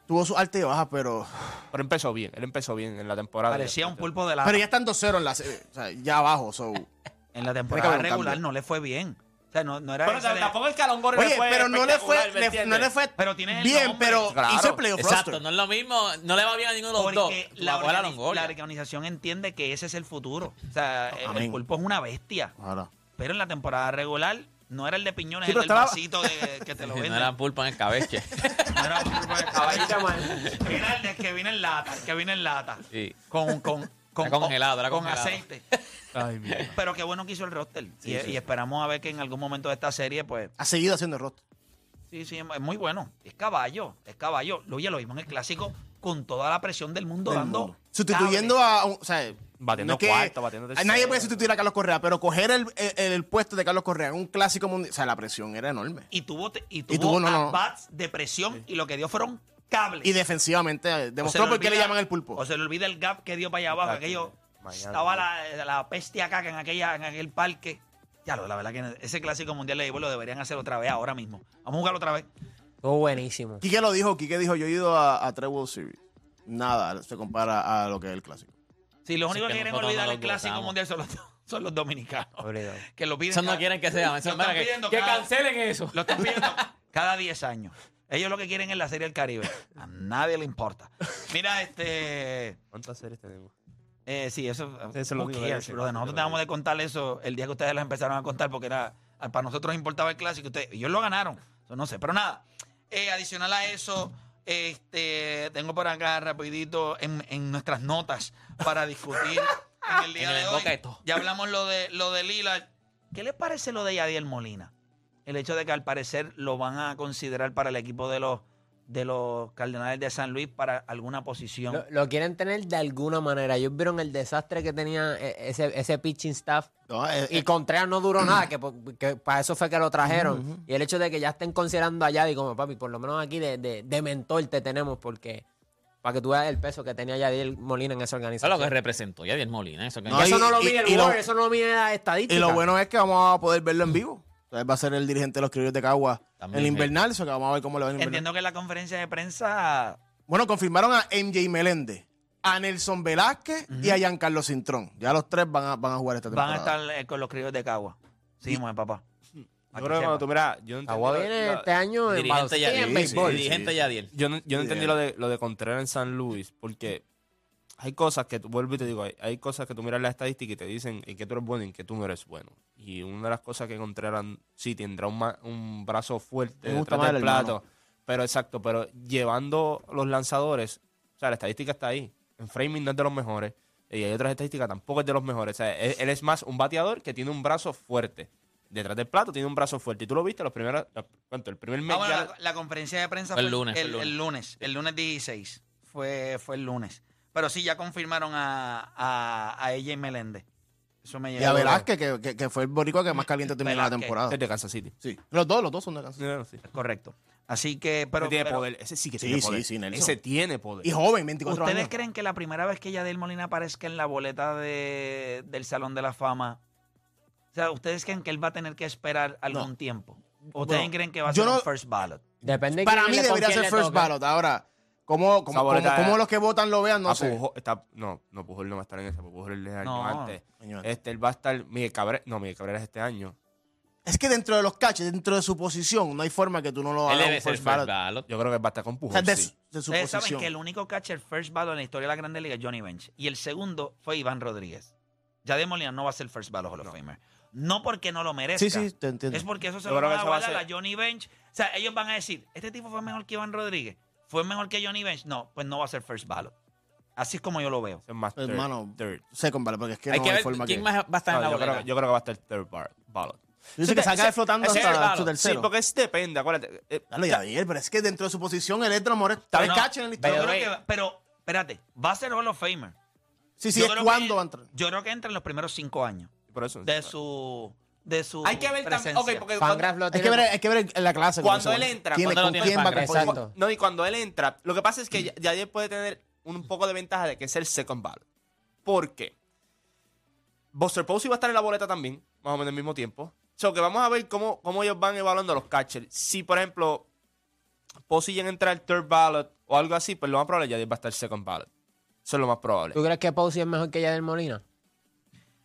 Speaker 2: Tuvo su alta y baja, pero.
Speaker 4: Pero empezó bien. Él empezó bien en la temporada.
Speaker 1: parecía un pulpo de la.
Speaker 2: Pero ya están 2-0 en la. se- O sea, ya abajo, so.
Speaker 1: En la
Speaker 2: que
Speaker 1: temporada
Speaker 2: haber un
Speaker 1: regular
Speaker 2: cambio.
Speaker 1: no le fue bien. O sea, no, no era.
Speaker 4: Pero
Speaker 1: ese de-
Speaker 4: tampoco es que a Longoria
Speaker 2: Oye,
Speaker 4: le fue
Speaker 2: pero no le fue,
Speaker 4: espectacular, ¿me
Speaker 2: le- no
Speaker 4: entiendes?
Speaker 2: le fue
Speaker 1: Pero tiene el
Speaker 2: bien,
Speaker 1: nombre.
Speaker 2: pero
Speaker 4: Claro.
Speaker 2: hizo el playoff
Speaker 5: Exacto,
Speaker 2: roster.
Speaker 5: no es lo mismo, no le va bien a ninguno de los dos.
Speaker 1: Porque
Speaker 5: La
Speaker 1: la,
Speaker 5: bola a
Speaker 1: organi-
Speaker 5: Longoria.
Speaker 1: la organización entiende que ese es el futuro. O sea, el- el
Speaker 2: Amén.
Speaker 1: pulpo es una bestia.
Speaker 2: Ahora.
Speaker 1: Pero en la temporada regular no era el de piñones,
Speaker 2: Sí,
Speaker 1: era
Speaker 2: pero
Speaker 1: el
Speaker 2: estaba-
Speaker 1: vasito de, que te lo
Speaker 5: No
Speaker 1: venden.
Speaker 5: eran pulpa en el cabeche.
Speaker 1: No era un pulpo de caballito.
Speaker 3: Caballito, man.
Speaker 1: Era el de que viene en lata, el que viene en lata.
Speaker 5: Sí.
Speaker 1: Con, con, con,
Speaker 5: Era congelado, era
Speaker 1: con
Speaker 5: congelado.
Speaker 1: aceite. Pero qué bueno que hizo el roster. y, y esperamos a ver que en algún momento de esta serie, pues,
Speaker 2: Ha seguido haciendo el roster.
Speaker 1: Sí, sí, es muy bueno. Es caballo, es caballo. Lo, oye, lo vimos en el clásico con toda la presión del mundo
Speaker 2: del
Speaker 1: dando.
Speaker 2: mundo. Sustituyendo
Speaker 1: cable.
Speaker 2: a. un- O sea,
Speaker 4: Batiendo
Speaker 2: no es que-
Speaker 4: cuarto, batiendo tercero.
Speaker 2: Nadie puede sustituir a Carlos Correa, pero coger el, el- el puesto de Carlos Correa en un clásico mundial. O sea, la presión era enorme.
Speaker 1: Y tuvo, te- y tuvo,
Speaker 2: Y tuvo, no, no.
Speaker 1: at-bats de presión y lo que dio fueron cables.
Speaker 2: Y defensivamente eh,
Speaker 1: O se
Speaker 2: demostró por qué le
Speaker 1: olvida-
Speaker 2: llaman el pulpo.
Speaker 1: O se le olvida el gap que dio para allá abajo.
Speaker 4: Exacto.
Speaker 1: Aquello,
Speaker 4: Mañana.
Speaker 1: estaba la, la peste acá que en, aquella, en aquel parque. Ya, lo, la verdad que ese clásico mundial de béisbol lo deberían hacer otra vez ahora mismo. Vamos a jugarlo otra vez.
Speaker 3: Estuvo buenísimo.
Speaker 2: Quique lo dijo, Quique dijo, yo he ido a, a tres World Series. Nada se compara a lo que es el clásico.
Speaker 1: Sí, los únicos
Speaker 5: que
Speaker 1: que quieren
Speaker 5: nosotros
Speaker 1: olvidar
Speaker 5: no
Speaker 1: el
Speaker 5: lo
Speaker 1: clásico
Speaker 5: gozamos.
Speaker 1: mundial son los, son los dominicanos.
Speaker 3: Obligado.
Speaker 1: Que lo piden.
Speaker 5: Eso no
Speaker 1: cada-
Speaker 5: quieren que sea. Eso
Speaker 1: Lo
Speaker 5: es verdad
Speaker 1: están
Speaker 5: que,
Speaker 1: pidiendo
Speaker 5: que
Speaker 1: cada-
Speaker 5: cancelen eso.
Speaker 1: Lo están viendo cada 10 años. Ellos lo que quieren es la Serie del Caribe. A nadie le importa. Mira, este.
Speaker 4: ¿Cuántas series tenemos?
Speaker 1: eh, sí, eso.
Speaker 4: Eso lo
Speaker 1: who
Speaker 4: digo,
Speaker 1: cares,
Speaker 4: ese,
Speaker 1: brother?
Speaker 4: ese
Speaker 1: Nosotros
Speaker 4: lo
Speaker 1: teníamos
Speaker 4: digo.
Speaker 1: de contar eso el día que ustedes las empezaron a contar porque era. ah, Para nosotros importaba el clásico. Ustedes, ellos lo ganaron. Eso no sé. Pero nada. eh, adicional a eso, este, tengo por acá rapidito en, en nuestras notas para discutir en el día
Speaker 5: En el
Speaker 1: de hoy.
Speaker 5: boqueto.
Speaker 1: Ya hablamos lo de lo de Lila. ¿Qué les parece lo de Yadiel Molina? el hecho de que al parecer lo van a considerar para el equipo de los de los Cardenales de San Luis para alguna posición.
Speaker 3: Lo, lo quieren tener de alguna manera. Ellos vieron el desastre que tenía eh, ese, ese pitching staff.
Speaker 2: No, eh,
Speaker 3: Y Contreras no duró nada, que, por- que para eso fue que lo trajeron. Y el hecho de que ya estén considerando a Yadi como papi, por lo menos aquí de, de, de mentor te tenemos, porque para que tú veas el peso que tenía Yadiel Molina en esa
Speaker 5: Eso es
Speaker 3: organización.
Speaker 5: lo que representó Yadier Molina. Eso que
Speaker 2: No,
Speaker 3: eso
Speaker 2: y-
Speaker 3: no lo
Speaker 2: y-
Speaker 3: mide
Speaker 2: y
Speaker 3: el
Speaker 2: lo-
Speaker 3: Word, eso no lo mide la estadística.
Speaker 2: Y lo bueno es que vamos a poder verlo en vivo. O sea, él va a ser el dirigente de los criollos de Cagua en
Speaker 5: También,
Speaker 2: el
Speaker 5: sí.
Speaker 2: invernal, eso que vamos a ver cómo lo ven en el invernal.
Speaker 1: Entiendo que en la conferencia de prensa
Speaker 2: Bueno, confirmaron a MJ Meléndez, a Nelson Velázquez y a Giancarlo Cintrón. Ya los tres van a, van a jugar esta temporada.
Speaker 1: van a estar eh, con los críos de Cagua. Sí, mujer, papá.
Speaker 4: Yo creo que cuando tú miras, yo no
Speaker 3: Agua
Speaker 4: entendí
Speaker 3: viene
Speaker 4: lo-
Speaker 3: este año en
Speaker 5: Dirigente
Speaker 3: baloncesto y en
Speaker 5: Yadiel.
Speaker 3: béisbol.
Speaker 5: Dirigente Yadiel.
Speaker 4: Yo no, yo no entendí lo de, lo de Contreras en San Luis, porque hay cosas que, tú- vuelvo y te digo, hay, hay cosas que tú miras la estadística y te dicen en que tú eres bueno y en que tú no eres bueno. Y una de las cosas que Contreras sí tendrá un, ma- un brazo fuerte
Speaker 2: Me gusta
Speaker 4: detrás
Speaker 2: más
Speaker 4: del
Speaker 2: el
Speaker 4: plato, pero exacto, pero llevando los lanzadores, o sea, la estadística está ahí. En framing no es de los mejores. Y hay otras estadísticas, tampoco es de los mejores. O sea, él, él es más un bateador que tiene un brazo fuerte. Detrás del plato tiene un brazo fuerte. Y tú lo viste los primeros. los- ¿Cuánto? El primer mes.
Speaker 1: Ah, bueno,
Speaker 4: ya-
Speaker 1: la, la conferencia de prensa
Speaker 5: Fue el
Speaker 1: fue
Speaker 5: lunes,
Speaker 1: El,
Speaker 5: fue el
Speaker 1: el lunes, el lunes 16. Fue, fue el lunes. Pero sí, ya confirmaron a, a, a ella y Meléndez. Eso me llegó.
Speaker 2: Y a Velázquez, que, que, que fue el boricua que más caliente terminó la
Speaker 1: Velázquez.
Speaker 2: temporada.
Speaker 4: es de Kansas City.
Speaker 2: Sí. Los dos, los dos son de Kansas.
Speaker 1: Ah.
Speaker 4: No, no, sí.
Speaker 1: Correcto. Así que, pero.
Speaker 4: Ese tiene
Speaker 1: pero,
Speaker 4: poder. Ese sí que
Speaker 2: Sí,
Speaker 4: tiene
Speaker 2: sí,
Speaker 4: poder.
Speaker 2: sí, Nelson.
Speaker 4: Ese tiene poder.
Speaker 2: Y joven, 24
Speaker 1: ¿Ustedes
Speaker 2: años.
Speaker 1: creen que la primera vez que Yadiel Molina aparezca en la boleta de- del Salón de la Fama, o sea, ¿ustedes creen que él va a tener que esperar algún tiempo? ¿O ¿Ustedes
Speaker 2: Bueno,
Speaker 1: creen que va a
Speaker 2: yo
Speaker 1: ser un
Speaker 2: no-
Speaker 1: first ballot?
Speaker 3: Depende de
Speaker 2: Para
Speaker 3: quién
Speaker 2: mí
Speaker 3: le- con
Speaker 2: debería
Speaker 3: quién
Speaker 2: ser
Speaker 3: le
Speaker 2: first
Speaker 3: toque.
Speaker 2: ballot. Ahora, ¿cómo, cómo,
Speaker 4: Esa boleta-
Speaker 2: cómo- cómo los que votan lo vean? No
Speaker 4: Ah,
Speaker 2: sé.
Speaker 4: Pujol- está- no, no, Pujol no va a estar en esa. porque Pujol es el año
Speaker 1: No.
Speaker 4: antes.
Speaker 2: Año antes.
Speaker 4: Este, él va a estar. Miguel Cabrera. No, Miguel Cabrera es este año.
Speaker 2: Es que dentro de los caches, dentro de su posición, no hay forma que tú no pues, lo
Speaker 5: Él
Speaker 2: hagas
Speaker 5: debe
Speaker 2: un
Speaker 5: ser
Speaker 2: first
Speaker 5: first
Speaker 2: ballot.
Speaker 5: ballot.
Speaker 4: Yo creo que él va a estar con
Speaker 2: O
Speaker 4: Pujol.
Speaker 2: sea, de,
Speaker 4: sí.
Speaker 2: su- de su
Speaker 1: Ustedes saben
Speaker 2: posición.
Speaker 1: que el único catcher first ballot en la historia de la Grande Liga es Johnny Bench. Y el segundo fue Iván Rodríguez. Yadier Molina no va a ser first ballot Hall of Famer. No porque no lo merezca.
Speaker 2: Sí, sí, te entiendo.
Speaker 1: Es porque eso se
Speaker 4: Yo
Speaker 1: lo
Speaker 4: creo
Speaker 1: van
Speaker 4: que
Speaker 1: a
Speaker 4: eso va a
Speaker 1: guardar a
Speaker 4: ser-
Speaker 1: Johnny Bench. O sea, ellos van a decir, este tipo fue mejor que Iván Rodríguez. ¿Fue mejor que Johnny Bench? No, pues no va a ser first ballot. Así es como yo lo veo.
Speaker 4: Ese es más third-
Speaker 2: Pues, Hermano,
Speaker 4: third.
Speaker 2: second ballot, porque es que
Speaker 5: Hay
Speaker 2: no
Speaker 5: que
Speaker 2: hay
Speaker 5: ver
Speaker 2: forma
Speaker 5: quién
Speaker 2: que...
Speaker 5: más va a estar en
Speaker 4: No,
Speaker 5: la
Speaker 4: yo, creo,
Speaker 5: boleta.
Speaker 4: que- yo creo que va a estar third bar- ballot.
Speaker 2: Dice que
Speaker 4: Ese-
Speaker 2: saca de flotando
Speaker 4: ese- ese-
Speaker 2: hasta su
Speaker 5: ballot.
Speaker 4: Sí,
Speaker 2: tercero.
Speaker 4: porque es depende, acuérdate. Eh,
Speaker 2: Dale, Yadier, pero es que dentro de su posición, el Edra Morel, tres
Speaker 1: No, no,
Speaker 2: catchers en la
Speaker 1: yo
Speaker 2: historia.
Speaker 1: creo que va- pero, espérate, va a ser Hall of Famer.
Speaker 2: Sí, sí,
Speaker 1: Yo
Speaker 2: es
Speaker 1: creo
Speaker 2: cuando
Speaker 1: que-
Speaker 2: va a entrar.
Speaker 1: Yo creo que entra en los primeros cinco años
Speaker 4: por eso.
Speaker 1: de su, de su
Speaker 4: Hay que ver también.
Speaker 1: presencia.
Speaker 4: Ok, porque
Speaker 3: Fangraph lo
Speaker 2: Hay
Speaker 3: tiene-
Speaker 2: que ver, hay que ver en la clase. cómo
Speaker 4: Cuando
Speaker 2: se va.
Speaker 4: él entra,
Speaker 2: ¿Quién,
Speaker 4: cuando
Speaker 2: con
Speaker 5: lo tiene
Speaker 2: quién va a
Speaker 5: Fangraph,
Speaker 2: competir?
Speaker 3: exacto.
Speaker 4: No, y cuando él entra, lo que pasa es que ya- Yadier puede tener un poco de ventaja de que es el second ballot. ¿Por qué? Buster Posey va a estar en la boleta también, más o menos al mismo tiempo. So que vamos a ver cómo, cómo ellos van evaluando los catchers. Si, por ejemplo, Posey llega a entrar al third ballot o algo así, pues lo más probable es que Yadier va a estar second ballot. Eso es lo más probable.
Speaker 3: ¿Tú crees que Posey es mejor que Yadier Molina?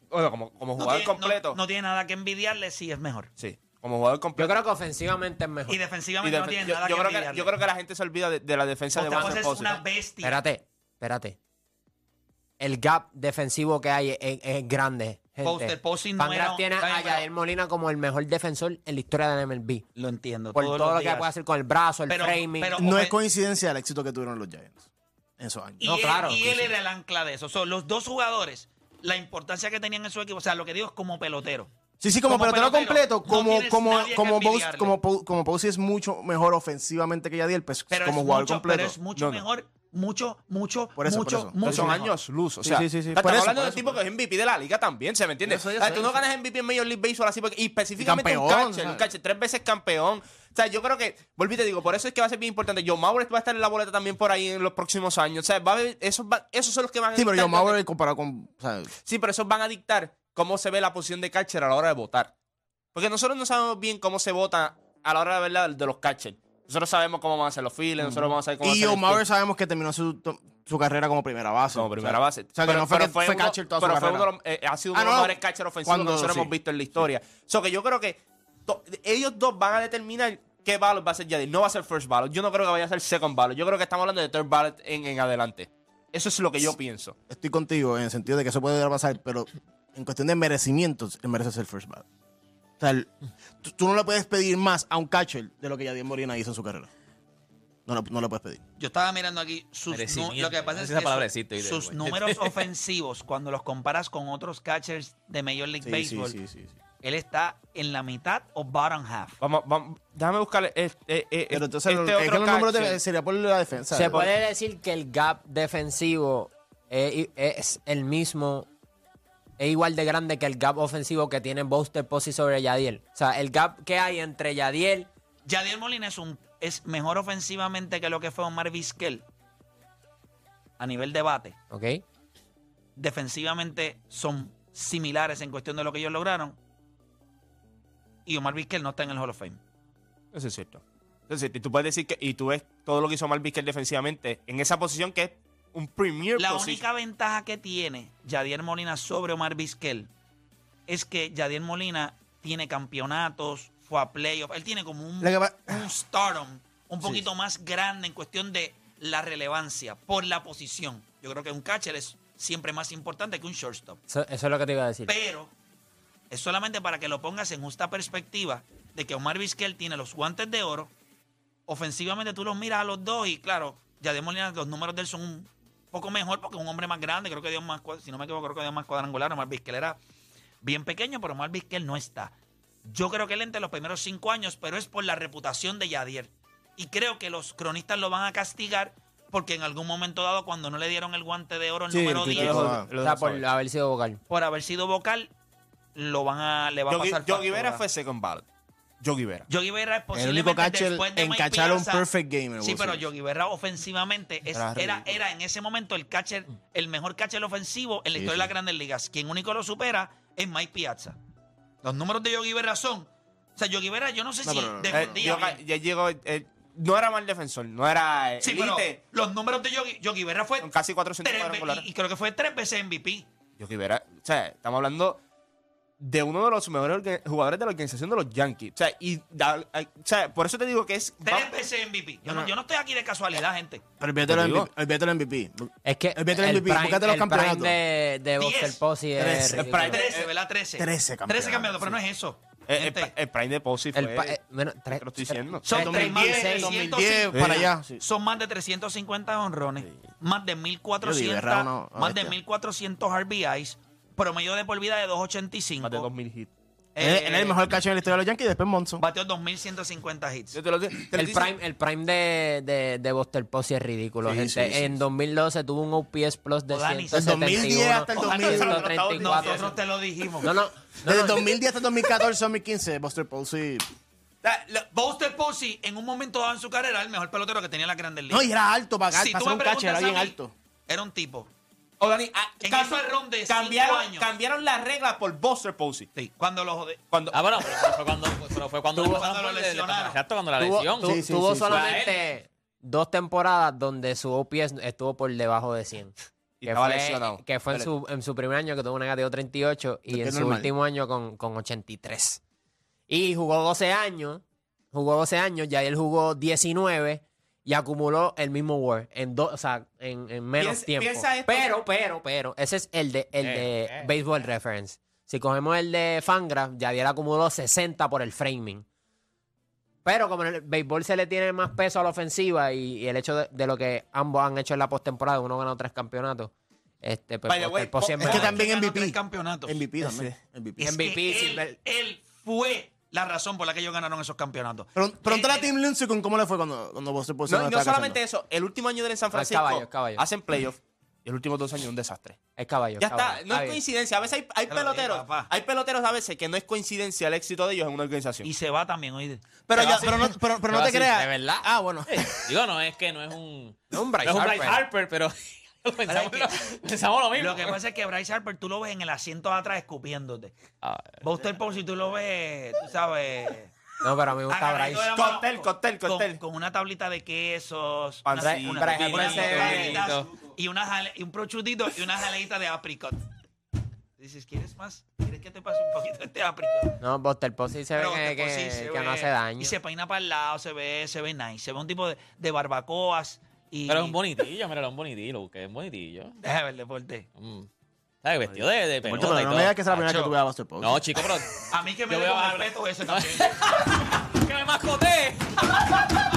Speaker 4: Bueno, como,
Speaker 1: No
Speaker 4: como jugador
Speaker 1: tiene- no-
Speaker 4: completo.
Speaker 1: No, tiene nada que envidiarle si es mejor.
Speaker 4: Sí, como jugador
Speaker 3: Yo
Speaker 4: completo.
Speaker 3: creo que ofensivamente es mejor.
Speaker 1: Y
Speaker 4: Y
Speaker 1: defensivamente no
Speaker 4: defen-
Speaker 1: tiene
Speaker 4: yo,
Speaker 1: nada
Speaker 4: yo
Speaker 1: que
Speaker 4: creo que,
Speaker 1: envidiarle.
Speaker 4: yo creo que la gente se olvida de, de la defensa de
Speaker 1: Ostapos
Speaker 4: Buster
Speaker 1: es
Speaker 4: Posey.
Speaker 1: una bestia.
Speaker 3: Espérate, espérate. El gap defensivo que hay es, es grande. gente.
Speaker 1: Poster Posey no
Speaker 3: Fangraph
Speaker 1: era-
Speaker 3: tiene
Speaker 1: Está
Speaker 3: a
Speaker 1: bien, pero-
Speaker 3: Yadier Molina como el mejor defensor en la historia de la MLB.
Speaker 1: Lo entiendo.
Speaker 3: Por
Speaker 1: todos
Speaker 3: todo
Speaker 1: los
Speaker 3: lo que
Speaker 1: días.
Speaker 3: puede hacer con el brazo, el
Speaker 1: Pero-
Speaker 3: framing.
Speaker 1: pero-
Speaker 2: No
Speaker 1: Ofe-
Speaker 2: es coincidencia el éxito que tuvieron los Giants en esos años.
Speaker 1: Y,
Speaker 3: No,
Speaker 1: él,
Speaker 3: claro.
Speaker 1: y él era el ancla de eso. Son los dos jugadores, la importancia que tenían en su equipo. O sea, lo que digo es como pelotero.
Speaker 2: Sí, sí, como,
Speaker 1: como
Speaker 2: pelotero,
Speaker 1: pelotero,
Speaker 2: completo,
Speaker 1: no
Speaker 2: como,
Speaker 1: tienes
Speaker 2: como,
Speaker 1: nadie que
Speaker 2: como, Bous-
Speaker 1: envidiarle.
Speaker 2: como, Pou- como Posey es mucho mejor ofensivamente que Yadier, pues
Speaker 1: Pero,
Speaker 2: como
Speaker 1: es,
Speaker 2: jugador
Speaker 1: mucho,
Speaker 2: completo.
Speaker 1: pero es mucho
Speaker 4: No, no.
Speaker 1: mejor, mucho, mucho,
Speaker 2: Por eso, por
Speaker 1: mucho,
Speaker 2: eso.
Speaker 1: mucho.
Speaker 4: Pero son
Speaker 1: mejor.
Speaker 4: años luz. O
Speaker 2: Sí,
Speaker 4: sea,
Speaker 2: sí, sí, sí.
Speaker 4: estamos
Speaker 2: Por eso,
Speaker 4: hablando
Speaker 2: por
Speaker 4: del
Speaker 2: eso,
Speaker 4: tipo que es MVP de la liga también, ¿se me entiende?
Speaker 2: Eso, eso,
Speaker 4: O sea, tú no
Speaker 2: eso.
Speaker 4: ganas MVP en Major League Baseball así porque, y específicamente un
Speaker 2: campeón,
Speaker 4: catcher, un
Speaker 2: ¿sabes?
Speaker 4: catcher, tres veces campeón. O sea, yo creo que, volví y te digo, por eso es que va a ser bien importante. Joe Mauer va a estar en la boleta también por ahí en los próximos años. O sea, va a haber- esos, va- esos son los que van a
Speaker 2: Sí, pero
Speaker 4: dictar
Speaker 2: John
Speaker 4: dónde-
Speaker 2: Mauer comparado con... o sea,
Speaker 4: Sí, pero esos van a dictar cómo se ve la posición de catcher a la hora de votar. Porque nosotros no sabemos bien cómo se vota a la hora de verdad de los catchers. Nosotros sabemos cómo van a hacer los files, nosotros vamos a saber cómo
Speaker 2: y
Speaker 4: hacer
Speaker 2: John Mauer sabemos que terminó su, su carrera como primera base.
Speaker 4: como primera
Speaker 2: O sea,
Speaker 4: base.
Speaker 2: O sea, que no fue, que fue
Speaker 4: uno-
Speaker 2: catcher toda su
Speaker 4: pero fue
Speaker 2: carrera.
Speaker 4: uno de los- eh, ha sido uno
Speaker 2: Ah,
Speaker 4: de los
Speaker 2: no, no.
Speaker 4: mejores catcher ofensivos que
Speaker 2: Cuando-
Speaker 4: nosotros
Speaker 2: sí.
Speaker 4: hemos visto en la historia. So que yo creo que to- ellos dos van a determinar qué ballot va a ser Yadir. No va a ser first ballot. Yo no creo que vaya a ser second ballot. Yo creo que estamos hablando de third ballot en, en adelante. Eso es lo que yo pienso.
Speaker 2: Estoy contigo en el sentido de que eso puede llegar a pasar, pero en cuestión de merecimientos, él merece ser first ballot. O sea, el- tú, tú no le puedes pedir más a un catcher de lo que Yadier Molina hizo en su carrera. No, lo- no le puedes pedir.
Speaker 1: Yo estaba mirando aquí sus, nu-
Speaker 5: Merecimiento.
Speaker 1: lo que pasa es
Speaker 5: Esa
Speaker 1: que
Speaker 5: palabra
Speaker 1: su-
Speaker 5: existe hoy de
Speaker 1: sus
Speaker 5: hoy.
Speaker 1: números ofensivos, cuando los comparas con otros catchers de Major League
Speaker 2: Sí,
Speaker 1: Baseball,
Speaker 2: sí, sí, sí, sí.
Speaker 1: él está en la mitad o bottom half.
Speaker 4: Vamos, vamos, déjame buscar este,
Speaker 2: Pero entonces
Speaker 4: este
Speaker 2: lo- es que
Speaker 4: otro
Speaker 2: los números de-
Speaker 4: catcher.
Speaker 2: sería por la defensa.
Speaker 3: Se puede decir que el gap defensivo es, es el mismo, es igual de grande que el gap ofensivo que tiene Buster Posey sobre Yadiel. O sea, el gap que hay entre Yadiel.
Speaker 1: Yadier Molina es, un, es mejor ofensivamente que lo que fue Omar Vizquel a nivel de bate.
Speaker 3: ¿Ok?
Speaker 1: defensivamente son similares en cuestión de lo que ellos lograron. Y Omar Vizquel no está en el Hall of Fame.
Speaker 4: Eso es cierto. Eso es cierto. Y tú puedes decir que, y tú ves todo lo que hizo Malvizquel defensivamente en esa posición que es un premier
Speaker 1: La
Speaker 4: position.
Speaker 1: única ventaja que tiene Yadier Molina sobre Omar Vizquel es que Yadier Molina tiene campeonatos, fue a playoff. Él tiene como un,
Speaker 2: Lo que pa-
Speaker 1: un stardom un poquito más grande en cuestión de la relevancia por la posición. Yo creo que un catcher es siempre más importante que un shortstop.
Speaker 3: Eso, eso es lo que te iba a decir.
Speaker 1: Pero es solamente para que lo pongas en justa perspectiva de que Omar Vizquel tiene los guantes de oro. Ofensivamente tú los miras a los dos y claro, Yadier Molina, los números de él son un poco mejor porque es un hombre más grande, creo que dio más, cua- si no me equivoco, creo que dio más cuadrangular. Omar Vizquel era bien pequeño, pero Omar Vizquel no está. Yo creo que él entra en los primeros cinco años, pero es por la reputación de Yadier. Y creo que los cronistas lo van a castigar porque en algún momento dado, cuando no le dieron el guante de oro, el
Speaker 2: Sí,
Speaker 1: número
Speaker 2: el ah.
Speaker 1: 10,
Speaker 2: critico.
Speaker 3: o sea, por
Speaker 2: sabe.
Speaker 3: haber sido vocal.
Speaker 1: por haber sido vocal, lo van a, le va a
Speaker 7: Yogi,
Speaker 1: pasar
Speaker 7: Yogi
Speaker 1: factura.
Speaker 7: Berra fue second ballot. Yogi Berra.
Speaker 1: Yogi Berra es
Speaker 2: El único
Speaker 1: posiblemente
Speaker 2: catcher
Speaker 1: después de
Speaker 2: en
Speaker 1: Mike
Speaker 2: cachar un
Speaker 1: Piazza.
Speaker 2: perfect game.
Speaker 1: Sí, pero Yogi Berra ofensivamente es-
Speaker 7: Era
Speaker 1: era,
Speaker 7: ridículo.
Speaker 1: era en ese momento el catcher, el mejor catcher ofensivo en la
Speaker 7: Sí,
Speaker 1: historia de las
Speaker 7: sí.
Speaker 1: grandes ligas. Quien único lo supera es Mike Piazza. Los números de Yogi Berra son. O sea, Yogi Berra, yo no sé si
Speaker 2: pero no, no.
Speaker 7: Eh,
Speaker 1: defendía.
Speaker 7: yo ca-
Speaker 1: bien.
Speaker 7: ya llegó. eh, no era mal defensor, no era. eh,
Speaker 1: Sí, pero
Speaker 7: elite,
Speaker 1: los números de Yogi, Yogi Berra fue
Speaker 7: con casi 400
Speaker 1: tres ve-
Speaker 7: cuadrangulares.
Speaker 1: y, y creo que fue tres veces MVP.
Speaker 7: Yogi Berra, o sea, estamos hablando de uno de los mejores orga- jugadores de la organización de los Yankees. O sea, y da- eh, o sea, por eso te digo que es. eh,
Speaker 1: Tres veces MVP. Yo no, yo no estoy aquí de casualidad, gente.
Speaker 2: Pero olvídate
Speaker 7: Te
Speaker 4: Pues
Speaker 2: del
Speaker 7: digo.
Speaker 2: MVP. olvídate del MVP.
Speaker 3: Es que
Speaker 2: Olvídate del MVP, búscate los
Speaker 3: el prime
Speaker 2: campeonatos.
Speaker 3: de, de Boxer
Speaker 1: Diez.
Speaker 3: Posey es
Speaker 2: Trece.
Speaker 3: ridículo.
Speaker 7: El prime-
Speaker 1: 13, ¿verdad? 13.
Speaker 2: 13
Speaker 1: 13
Speaker 2: campeonatos,
Speaker 1: campeonatos, pero no es eso.
Speaker 7: eh, el,
Speaker 1: gente.
Speaker 7: pa- el Prime de Posey fue.
Speaker 3: El pa- eh, bueno,
Speaker 7: te
Speaker 3: tres-
Speaker 7: lo estoy diciendo.
Speaker 1: Son
Speaker 3: El
Speaker 2: 2010,
Speaker 1: 3.600,
Speaker 2: 2010, para allá. ah, sí.
Speaker 1: Son más de 350 honrones, más de
Speaker 2: Yo digo,
Speaker 1: 1.400,
Speaker 2: Herrera, una- una
Speaker 1: más de
Speaker 2: bestia.
Speaker 1: 1.400 RBIs, promedio de por vida de 2.85.
Speaker 7: Más de 2000 hits.
Speaker 2: Él
Speaker 1: eh,
Speaker 2: él es el mejor catcher en la historia de los Yankees después Monzo.
Speaker 1: Bateó 2.150 hits.
Speaker 7: Yo te lo- te lo
Speaker 3: El
Speaker 7: estoy
Speaker 3: prime, el prime de, de, de Buster Posey es ridículo,
Speaker 2: Sí,
Speaker 3: gente.
Speaker 2: sí, sí,
Speaker 3: en 2012 tuvo un OPS Plus de
Speaker 1: Odanis.
Speaker 3: 171.
Speaker 2: Del 2010 hasta el 2000.
Speaker 3: 134.
Speaker 1: Nosotros te lo dijimos.
Speaker 3: No, no. no,
Speaker 2: Desde
Speaker 3: no,
Speaker 2: 2010 hasta 2014, 2015, Buster Posey.
Speaker 1: La- la- Buster Posey, en un momento dado en su carrera, era el mejor pelotero que tenía la Grandes Ligas.
Speaker 2: No, y era alto para,
Speaker 1: Si
Speaker 2: para
Speaker 1: tú
Speaker 2: ser
Speaker 1: me
Speaker 2: un catcher,
Speaker 1: preguntas
Speaker 2: era
Speaker 1: a
Speaker 2: bien
Speaker 1: mí,
Speaker 2: alto.
Speaker 1: Era un tipo.
Speaker 7: Oh, Dani, ah,
Speaker 1: En
Speaker 7: cam-
Speaker 1: ese ron de cinco
Speaker 7: cambiaron,
Speaker 1: años.
Speaker 7: cambiaron las reglas por Buster Posey.
Speaker 1: Sí, Cuando lo jode-
Speaker 7: Cuando,
Speaker 5: Ah, bueno, pero fue cuando, pero fue cuando,
Speaker 1: Tuvo-
Speaker 5: fue
Speaker 1: cuando lo
Speaker 5: el-
Speaker 1: lesionaron.
Speaker 5: Exacto, cuando la
Speaker 3: tuvo,
Speaker 5: lesión.
Speaker 3: tu-
Speaker 2: Sí, sí,
Speaker 3: tuvo
Speaker 2: sí, sí.
Speaker 3: solamente dos temporadas donde su OPS estuvo por debajo de 100.
Speaker 7: y
Speaker 3: Que
Speaker 7: estaba
Speaker 3: fue,
Speaker 7: lesionado.
Speaker 3: que fue en, su, en su primer año que tuvo un negativo 38 y
Speaker 2: que
Speaker 3: en
Speaker 2: es
Speaker 3: su
Speaker 2: normal.
Speaker 3: último año con, con 83. Y jugó 12 años, jugó 12 años, ya él jugó 19 y acumuló el mismo WAR en, do- o sea, en, en menos
Speaker 7: Piensa-
Speaker 3: tiempo.
Speaker 7: piensa esto-
Speaker 3: pero, pero, pero, ese es el de, el
Speaker 5: Eh,
Speaker 3: de
Speaker 5: eh.
Speaker 3: Baseball Reference. Si cogemos el de Fangraph, Yadier acumuló 60 por el framing. Pero como en el béisbol se le tiene más peso a la ofensiva y, y el hecho de, de lo que ambos han hecho en la postemporada, uno ganó tres campeonatos. Este, pues,
Speaker 7: By the
Speaker 3: Buster
Speaker 7: way,
Speaker 3: Posey
Speaker 7: po-
Speaker 2: Es que
Speaker 3: mejor.
Speaker 2: también
Speaker 1: ganó
Speaker 2: MVP.
Speaker 1: tres campeonatos.
Speaker 2: MVP también. MVP.
Speaker 1: Es que
Speaker 3: MVP,
Speaker 1: él-
Speaker 3: Silver.
Speaker 1: él fue la razón por la que ellos ganaron esos campeonatos.
Speaker 2: Pron- Pronto
Speaker 1: Eh,
Speaker 2: la Team Lindsay con cómo le fue cuando, cuando Buster Posey
Speaker 7: No, y no
Speaker 2: estaba
Speaker 7: solamente
Speaker 2: cachando.
Speaker 7: eso, el último año de él en San
Speaker 3: No, es
Speaker 7: Francisco
Speaker 3: caballo, es caballo.
Speaker 7: hacen playoff y los últimos dos años un desastre.
Speaker 3: Es caballo.
Speaker 7: Ya
Speaker 3: caballo.
Speaker 7: está, no es
Speaker 3: bien.
Speaker 7: coincidencia. A veces hay, hay
Speaker 1: Te lo dije,
Speaker 7: peloteros,
Speaker 1: papá.
Speaker 7: hay peloteros a veces que no es coincidencia el éxito de ellos en una organización.
Speaker 1: Y se va también, oíste.
Speaker 2: Pero,
Speaker 5: Te
Speaker 2: ya-
Speaker 5: va
Speaker 2: pero no, pero, pero no te
Speaker 5: así,
Speaker 2: creas.
Speaker 5: de verdad.
Speaker 2: Ah, bueno.
Speaker 5: Digo, no, es que no es un.
Speaker 3: No es un Bryce
Speaker 5: no es un
Speaker 3: Harper.
Speaker 5: Harper, pero. pensamos,
Speaker 1: que-
Speaker 5: lo, pensamos lo mismo.
Speaker 1: Lo que pasa es que Bryce Harper tú lo ves en el asiento de atrás escupiéndote.
Speaker 5: Ah,
Speaker 1: Buster Posey tú lo ves, tú sabes...
Speaker 3: No, pero a mí me gusta
Speaker 1: agarradito de
Speaker 3: Bryce.
Speaker 1: la mano,
Speaker 7: Cóctel, cóctel,
Speaker 1: con-
Speaker 7: cóctel.
Speaker 1: Con una tablita de quesos.
Speaker 7: Pancito,
Speaker 1: unas-
Speaker 3: Bryce Harper
Speaker 1: unas
Speaker 3: se ve-
Speaker 1: tablitas Y, unas jale- y un prochudito y una jaleita de apricot. Dices, ¿quieres más? ¿Quieres que te pase un poquito de este apricot?
Speaker 3: No, Buster Posey se ve
Speaker 1: Pero
Speaker 3: que,
Speaker 1: después sí
Speaker 3: que-
Speaker 1: se
Speaker 3: que
Speaker 1: ve-
Speaker 3: no hace daño.
Speaker 1: Y se peina para el lado, se ve, se ve nice. Se ve un tipo de, de barbacoas. Y,
Speaker 5: Pero es un bonitillo, mira, es un bonitillo, busqué, es un bonitillo.
Speaker 1: Deja ver deporte.
Speaker 5: Mm. ¿Sabes? Vestido de, de
Speaker 2: Mucho,
Speaker 5: pelota
Speaker 2: pero
Speaker 5: y
Speaker 2: no
Speaker 5: todo.
Speaker 2: me digas que es la primera vez que
Speaker 5: Nacho.
Speaker 2: tú veas a Buster Posey.
Speaker 5: No, chico, pero.
Speaker 1: A mí que me
Speaker 5: Yo
Speaker 1: dé
Speaker 5: voy a
Speaker 1: con
Speaker 5: bajar- ah,
Speaker 1: respeto ese también.
Speaker 5: ¡Que me mascoté!